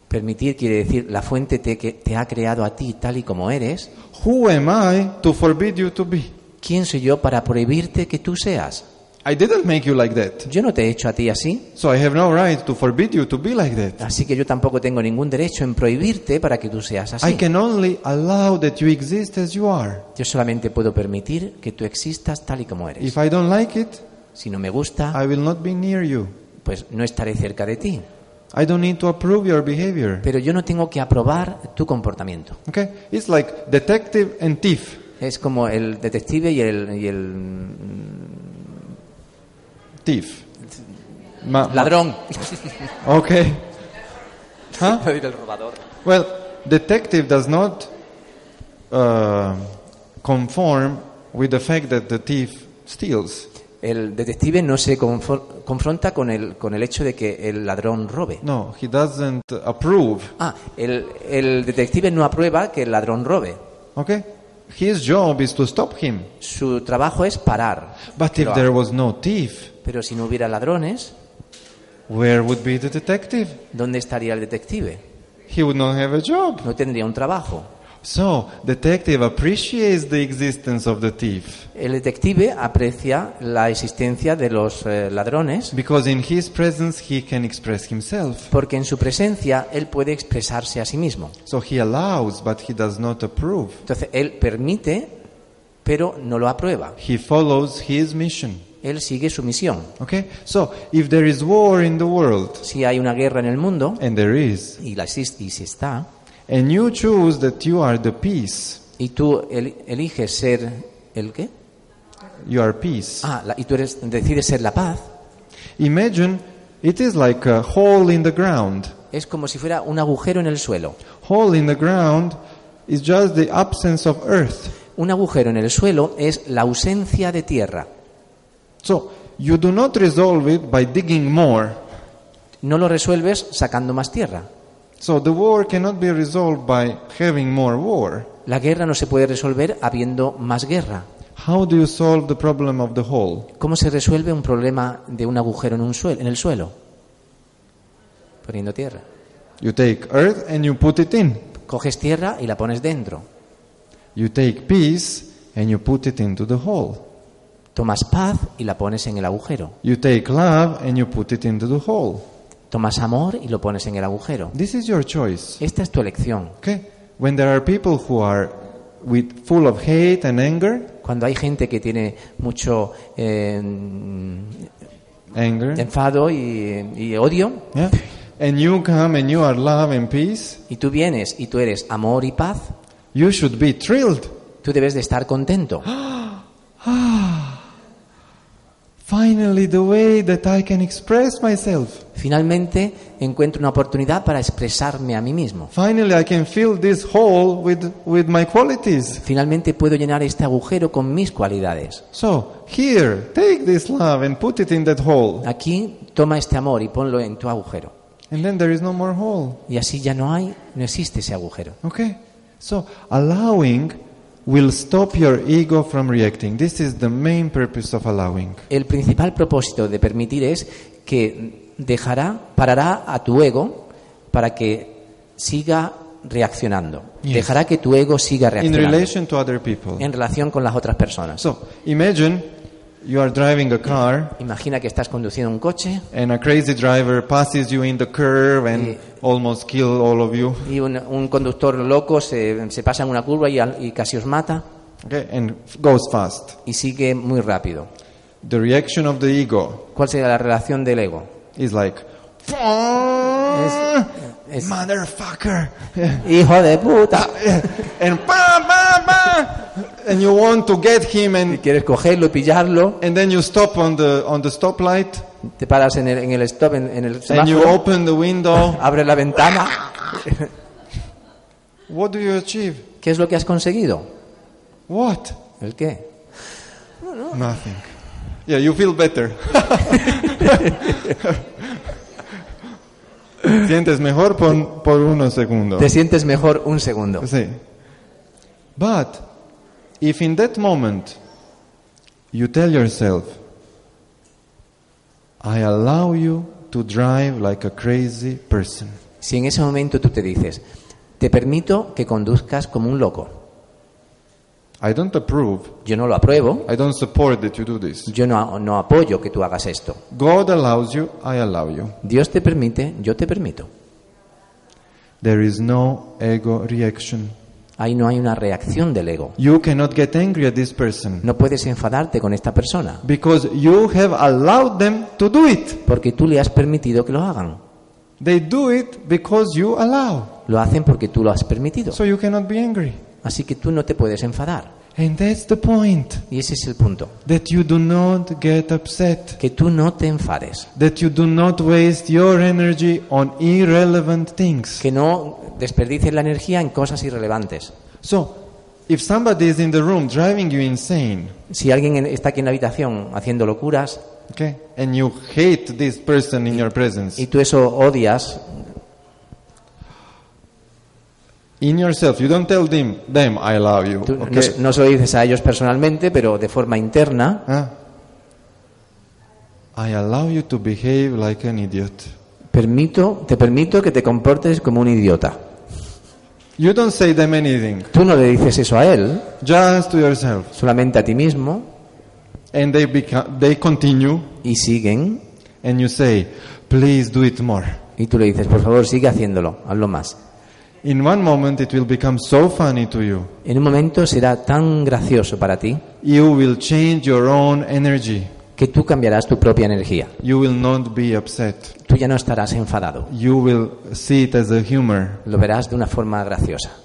Speaker 3: Permitir quiere decir la fuente te, que te ha creado a ti tal y como eres.
Speaker 2: Who am I to forbid you to be?
Speaker 3: ¿Quién soy yo para prohibirte que tú seas?
Speaker 2: I didn't make you like that.
Speaker 3: Yo no te he hecho a ti así,
Speaker 2: So I have no right to forbid you to be like that.
Speaker 3: así que yo tampoco tengo ningún derecho en prohibirte para que tú seas
Speaker 2: I
Speaker 3: así.
Speaker 2: can only allow that you exist as you are.
Speaker 3: Yo solamente puedo permitir que tú existas tal y como eres.
Speaker 2: If I don't like it,
Speaker 3: Si no me gusta,
Speaker 2: I will not be near you.
Speaker 3: pues no estaré cerca de ti.
Speaker 2: I don't need to approve your behavior.
Speaker 3: pero yo no tengo que aprobar tu comportamiento.
Speaker 2: Okay? It's like detective and thief.
Speaker 3: Es como el detective y el, y el
Speaker 2: Thief. Ma- ma-
Speaker 3: ladrón.
Speaker 2: okay. Huh?
Speaker 3: Iba a decir el robador.
Speaker 2: Well, detective does not uh, conform with the fact that the thief steals.
Speaker 3: El detective no se confor- confronta con el, con el hecho de que el ladrón robe.
Speaker 2: No, he doesn't approve.
Speaker 3: Ah, el, el detective no aprueba que el ladrón robe.
Speaker 2: Okay? His job is to stop him.
Speaker 3: Su trabajo es parar.
Speaker 2: But if there was no thief,
Speaker 3: Pero si no hubiera ladrones,
Speaker 2: where would be the detective?
Speaker 3: ¿dónde estaría el detective?
Speaker 2: He would not have a job.
Speaker 3: No tendría un trabajo.
Speaker 2: So, detective appreciates the existence of the thief
Speaker 3: El detective aprecia la existencia de los eh, ladrones
Speaker 2: because in his presence he can express himself.
Speaker 3: porque en su presencia él puede expresarse a sí mismo.
Speaker 2: So he allows, but he does not approve.
Speaker 3: Entonces, él permite, pero no lo aprueba.
Speaker 2: He follows his mission.
Speaker 3: Él sigue su misión.
Speaker 2: Okay? So, if there is war in the world,
Speaker 3: Si hay una guerra en el mundo,
Speaker 2: and there is,
Speaker 3: y, la existe, y si está,
Speaker 2: and you choose that you are the peace,
Speaker 3: y tú el- eliges ser el qué?
Speaker 2: you are peace,
Speaker 3: Ah, la- y tú eres, decides ser la paz,
Speaker 2: Imagine it is like a hole in the ground.
Speaker 3: Es como si fuera un agujero en el suelo.
Speaker 2: Hole in the ground is just the absence of earth.
Speaker 3: Un agujero en el suelo es la ausencia de tierra.
Speaker 2: So you do not resolve it by digging more.
Speaker 3: No lo resuelves sacando más tierra.
Speaker 2: So the war cannot be resolved by having more war.
Speaker 3: La guerra no se puede resolver habiendo más guerra.
Speaker 2: How do you solve the problem of the hole?
Speaker 3: ¿Cómo se resuelve un problema de un agujero en, un suelo, en el suelo? Poniendo tierra.
Speaker 2: You take earth and you put it in.
Speaker 3: Coges tierra y la pones dentro.
Speaker 2: You take peace and you put it into the hole.
Speaker 3: Tomas paz y la pones en el agujero.
Speaker 2: You take love and you put it into the hole.
Speaker 3: Tomas amor y lo pones en el agujero.
Speaker 2: This is your choice.
Speaker 3: Esta es tu elección.
Speaker 2: Okay? When there are people who are with full of hate and anger,
Speaker 3: Cuando hay gente que tiene mucho eh,
Speaker 2: anger,
Speaker 3: enfado y, y odio,
Speaker 2: yeah? and you come and you are love and peace,
Speaker 3: y tú vienes y tú eres amor y paz,
Speaker 2: you should be thrilled.
Speaker 3: tú debes de estar contento.
Speaker 2: Finally, the way that I can express myself.
Speaker 3: Finalmente encuentro una oportunidad para expresarme a mí mismo.
Speaker 2: Finally, I can fill this hole with, with my qualities.
Speaker 3: Finalmente puedo llenar este agujero con mis cualidades.
Speaker 2: So, here, take this love and put it in that hole.
Speaker 3: Aquí toma este amor y ponlo en tu agujero.
Speaker 2: And then there is no more hole.
Speaker 3: Y así ya no hay, no existe ese agujero.
Speaker 2: Okay? So, allowing will stop your ego from reacting. This is the main purpose of allowing.
Speaker 3: El principal propósito de permitir es que dejará, parará a tu ego para que siga reaccionando.
Speaker 2: Yes.
Speaker 3: Dejará que tu ego siga
Speaker 2: In
Speaker 3: reaccionando
Speaker 2: relation to other people.
Speaker 3: en relación con las otras personas.
Speaker 2: So, imagine you are driving a car
Speaker 3: Imagina que estás conduciendo un coche
Speaker 2: and a crazy driver passes you in the curve and
Speaker 3: Yeah.
Speaker 2: almost kill all of you.
Speaker 3: y un, un conductor loco se, se pasa en una curva y, al- y casi os mata
Speaker 2: Okay? And goes fast.
Speaker 3: y sigue muy rápido.
Speaker 2: The reaction of the ego
Speaker 3: ¿Cuál sería la relación del ego?
Speaker 2: is like, Ah,
Speaker 3: es-
Speaker 2: motherfucker,
Speaker 3: ¡Hijo de puta!
Speaker 2: and bah, bah, bah, and you want to get him,
Speaker 3: Y
Speaker 2: and
Speaker 3: quieres cogerlo, pillarlo,
Speaker 2: and then you stop on the on the stoplight,
Speaker 3: te paras en el, en el stop, en, en el
Speaker 2: and you
Speaker 3: semáforo,
Speaker 2: open the window.
Speaker 3: abres la ventana.
Speaker 2: What do you achieve?
Speaker 3: ¿Qué es lo que has conseguido?
Speaker 2: What?
Speaker 3: ¿El qué?
Speaker 2: Nothing. Yeah, you feel better. Sientes mejor por, por unos segundos.
Speaker 3: Te sientes mejor un segundo.
Speaker 2: Sí. But if in that moment you tell yourself, I allow you to drive like a crazy person,
Speaker 3: Si en ese momento tú te dices, te permito que conduzcas como un loco,
Speaker 2: I don't approve,
Speaker 3: yo no lo apruebo,
Speaker 2: I don't support that you do this.
Speaker 3: yo no, no apoyo que tú hagas esto.
Speaker 2: God allows you, I allow you.
Speaker 3: Dios te permite, yo te permito.
Speaker 2: There is no ego reaction.
Speaker 3: Ahí no hay una reacción del ego.
Speaker 2: You cannot get angry at this person
Speaker 3: No puedes enfadarte con esta persona
Speaker 2: because you have allowed them to do it.
Speaker 3: porque tú le has permitido que lo hagan.
Speaker 2: They do it because you allow.
Speaker 3: Lo hacen porque tú lo has permitido.
Speaker 2: So you cannot be angry.
Speaker 3: Así que tú no te puedes enfadar.
Speaker 2: And that's the point.
Speaker 3: Y ese es el punto.
Speaker 2: that you do not get upset,
Speaker 3: Que tú no te enfades.
Speaker 2: that you do not waste your energy on irrelevant things.
Speaker 3: Que no desperdices la energía en cosas irrelevantes.
Speaker 2: So, if somebody is in the room driving you insane,
Speaker 3: Si alguien en- está aquí en la habitación haciendo locuras
Speaker 2: okay, and you hate this person in your presence,
Speaker 3: y tú eso odias,
Speaker 2: in yourself, you don't tell them, them I love you,
Speaker 3: tú no,
Speaker 2: okay?
Speaker 3: se- no se lo dices a ellos personalmente, pero de forma interna,
Speaker 2: Huh? I allow you to behave like an idiot.
Speaker 3: permito, te permito que te comportes como un idiota.
Speaker 2: You don't say them anything,
Speaker 3: Tú no le dices eso a él,
Speaker 2: just to yourself,
Speaker 3: solamente a ti mismo,
Speaker 2: and they become, they continue,
Speaker 3: y siguen,
Speaker 2: and you say, please do it more.
Speaker 3: y tú le dices, por favor, sigue haciéndolo, hazlo más.
Speaker 2: In one moment it will become so funny to you.
Speaker 3: En un momento será tan gracioso para ti
Speaker 2: You will change your own energy.
Speaker 3: que tú cambiarás tu propia energía.
Speaker 2: You will not be upset.
Speaker 3: Tú ya no estarás enfadado,
Speaker 2: You will see it as a humor.
Speaker 3: lo verás de una forma graciosa.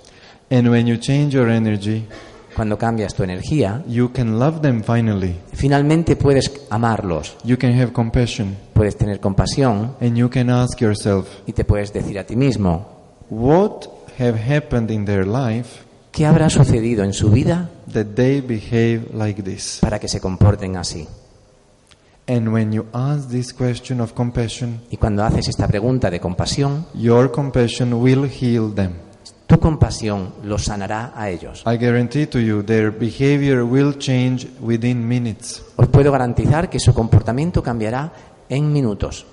Speaker 2: And when you change your energy,
Speaker 3: cuando cambias tu energía,
Speaker 2: you can love them finally.
Speaker 3: finalmente puedes amarlos,
Speaker 2: You can have compassion.
Speaker 3: puedes tener compasión
Speaker 2: And you can ask yourself,
Speaker 3: y te puedes decir a ti mismo,
Speaker 2: what have happened in their life
Speaker 3: ¿qué habrá sucedido en su vida
Speaker 2: that they behave like this?
Speaker 3: para que se comporten así?
Speaker 2: And when you ask this question of compassion,
Speaker 3: Y cuando haces esta pregunta de compasión,
Speaker 2: your compassion will heal them.
Speaker 3: tu compasión los sanará a ellos.
Speaker 2: I guarantee to you their behavior will change within minutes
Speaker 3: Os puedo garantizar que su comportamiento cambiará en minutos,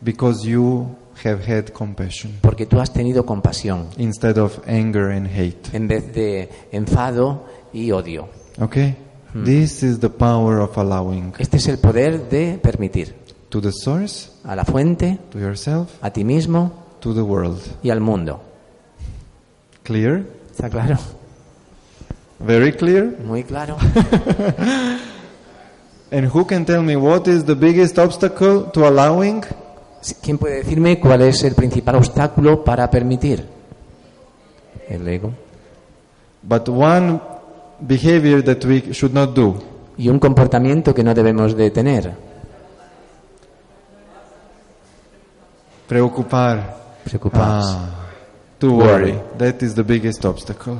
Speaker 2: because you have had compassion
Speaker 3: porque tú has tenido compasión
Speaker 2: instead of anger and hate.
Speaker 3: en vez de enfado y odio.
Speaker 2: Okay? This is the power of allowing
Speaker 3: Este es el poder de permitir
Speaker 2: to the source,
Speaker 3: a la fuente,
Speaker 2: to yourself,
Speaker 3: a ti mismo
Speaker 2: to the world.
Speaker 3: y al mundo.
Speaker 2: Clear?
Speaker 3: ¿Está claro?
Speaker 2: Very clear?
Speaker 3: Muy claro.
Speaker 2: And who can tell me what is the biggest obstacle to allowing?
Speaker 3: ¿Quién puede decirme cuál es el principal obstáculo para permitir? El ego.
Speaker 2: But one behavior that we should not do
Speaker 3: Y un comportamiento que no debemos de tener.
Speaker 2: preocupar,
Speaker 3: Preocuparse.
Speaker 2: Ah, to worry. That is the biggest obstacle.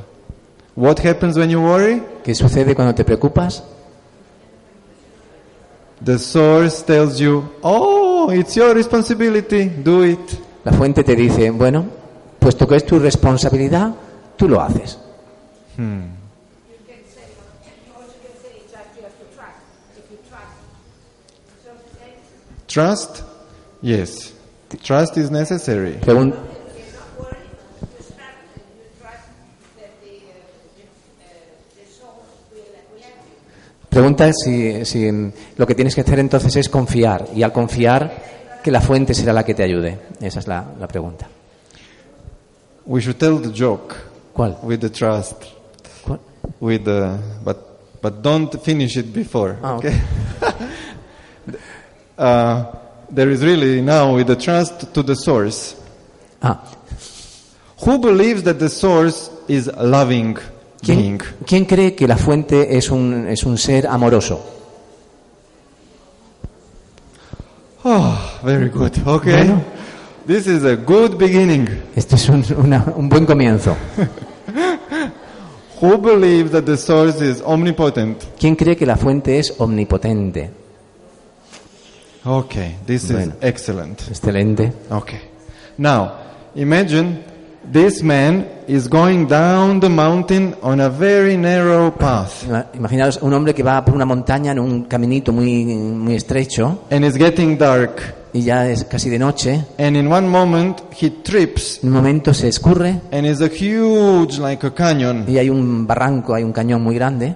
Speaker 2: What happens when you worry?
Speaker 3: ¿Qué sucede cuando te preocupas?
Speaker 2: The source tells you, oh, it's your responsibility, do it.
Speaker 3: La fuente te dice, bueno, puesto que es tu responsabilidad, tú lo haces.
Speaker 2: Trust? Yes. Trust is necessary.
Speaker 3: Pregun- Pregunta si, si mm, lo que tienes que hacer entonces es confiar y al confiar que la fuente será la que te ayude. Esa es la, la pregunta.
Speaker 2: We should tell the joke
Speaker 3: ¿Cuál?
Speaker 2: with the trust,
Speaker 3: ¿Cuál?
Speaker 2: with the, but, but don't finish it before.
Speaker 3: Ah,
Speaker 2: uh, there is really now with the trust to the source.
Speaker 3: Ah,
Speaker 2: Who believes that the source is loving
Speaker 3: ¿quién,
Speaker 2: being?
Speaker 3: quién cree que la fuente es un, es un ser amoroso?
Speaker 2: Oh, very good. Okay. This is a good beginning.
Speaker 3: Este es un, una- un buen comienzo.
Speaker 2: Who believes that the source is omnipotent?
Speaker 3: ¿Quién cree que la fuente es omnipotente?
Speaker 2: Okay, this is
Speaker 3: Bueno.
Speaker 2: excellent.
Speaker 3: Excelente.
Speaker 2: Okay. Now, imagine this man is going down the mountain on a very narrow path
Speaker 3: Ima- Imaginaos un hombre que va por una montaña en un caminito muy, muy estrecho
Speaker 2: and it's getting dark.
Speaker 3: y ya es casi de noche.
Speaker 2: And in one moment, he trips
Speaker 3: En un momento se escurre
Speaker 2: and is a huge, like a canyon.
Speaker 3: y hay un barranco, hay un cañón muy grande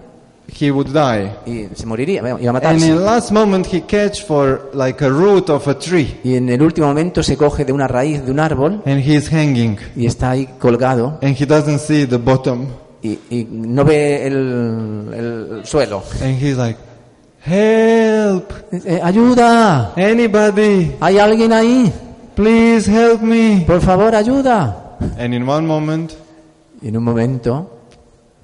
Speaker 2: He would die.
Speaker 3: y se moriría, bueno, iba a
Speaker 2: And
Speaker 3: matarse.
Speaker 2: in last moment, he catch for like a root of a tree
Speaker 3: Y en el último momento se coge de una raíz de un árbol
Speaker 2: and he is hanging.
Speaker 3: y está ahí colgado
Speaker 2: and he doesn't see the bottom
Speaker 3: y, y no ve el, el suelo.
Speaker 2: and he's like help
Speaker 3: Eh, ¡Ayuda!
Speaker 2: anybody
Speaker 3: ¿Hay alguien ahí?
Speaker 2: please help me
Speaker 3: Por favor, ayuda.
Speaker 2: and in one moment
Speaker 3: Y en un momento,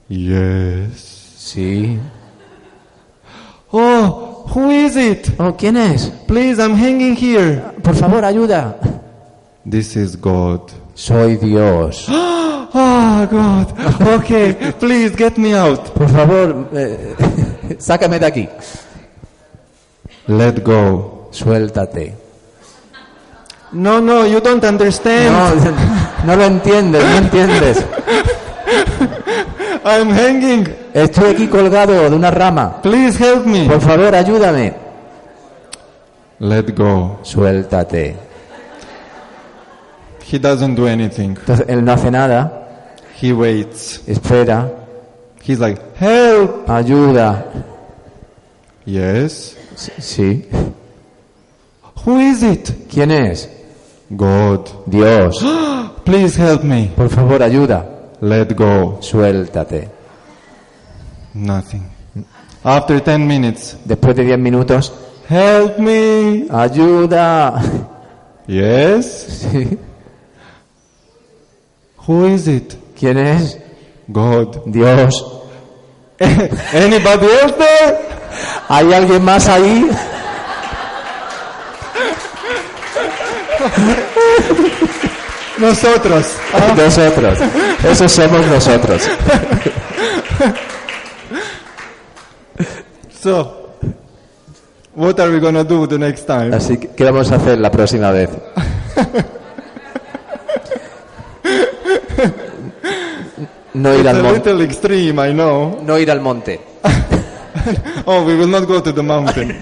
Speaker 2: yes
Speaker 3: sí.
Speaker 2: oh who is it
Speaker 3: Oh, ¿quién es?
Speaker 2: please i'm hanging here
Speaker 3: Por favor, ayuda.
Speaker 2: this is god
Speaker 3: Soy Dios.
Speaker 2: oh god okay please get me out
Speaker 3: Por favor, eh, sácame de aquí.
Speaker 2: let go
Speaker 3: Suéltate.
Speaker 2: no no you don't understand
Speaker 3: No, no lo entiendes, no entiendes.
Speaker 2: i'm hanging
Speaker 3: Estoy aquí colgado de una rama.
Speaker 2: please help me
Speaker 3: Por favor, ayúdame.
Speaker 2: let go
Speaker 3: Suéltate.
Speaker 2: he doesn't do anything
Speaker 3: Entonces él no hace nada,
Speaker 2: he waits
Speaker 3: espera,
Speaker 2: he's like help
Speaker 3: ayuda.
Speaker 2: yes
Speaker 3: Sí.
Speaker 2: who is it
Speaker 3: ¿Quién es?
Speaker 2: God,
Speaker 3: Dios.
Speaker 2: please help me.
Speaker 3: Por favor, ayuda.
Speaker 2: Let go.
Speaker 3: Suéltate.
Speaker 2: Nothing. After 10 minutes,
Speaker 3: Después de 10 minutos,
Speaker 2: help me.
Speaker 3: ayuda.
Speaker 2: Yes?
Speaker 3: Sí.
Speaker 2: Who is it?
Speaker 3: ¿Quién es?
Speaker 2: God.
Speaker 3: Dios.
Speaker 2: Anybody else there?
Speaker 3: ¿Hay alguien más ahí?
Speaker 2: Nosotros.
Speaker 3: Nosotros. Esos somos nosotros.
Speaker 2: So, what are we gonna do the next time?
Speaker 3: Así que, ¿qué vamos a hacer la próxima vez? No ir
Speaker 2: It's a
Speaker 3: al monte.
Speaker 2: little extreme, I know.
Speaker 3: No ir al monte.
Speaker 2: Oh, we will not go to the mountain.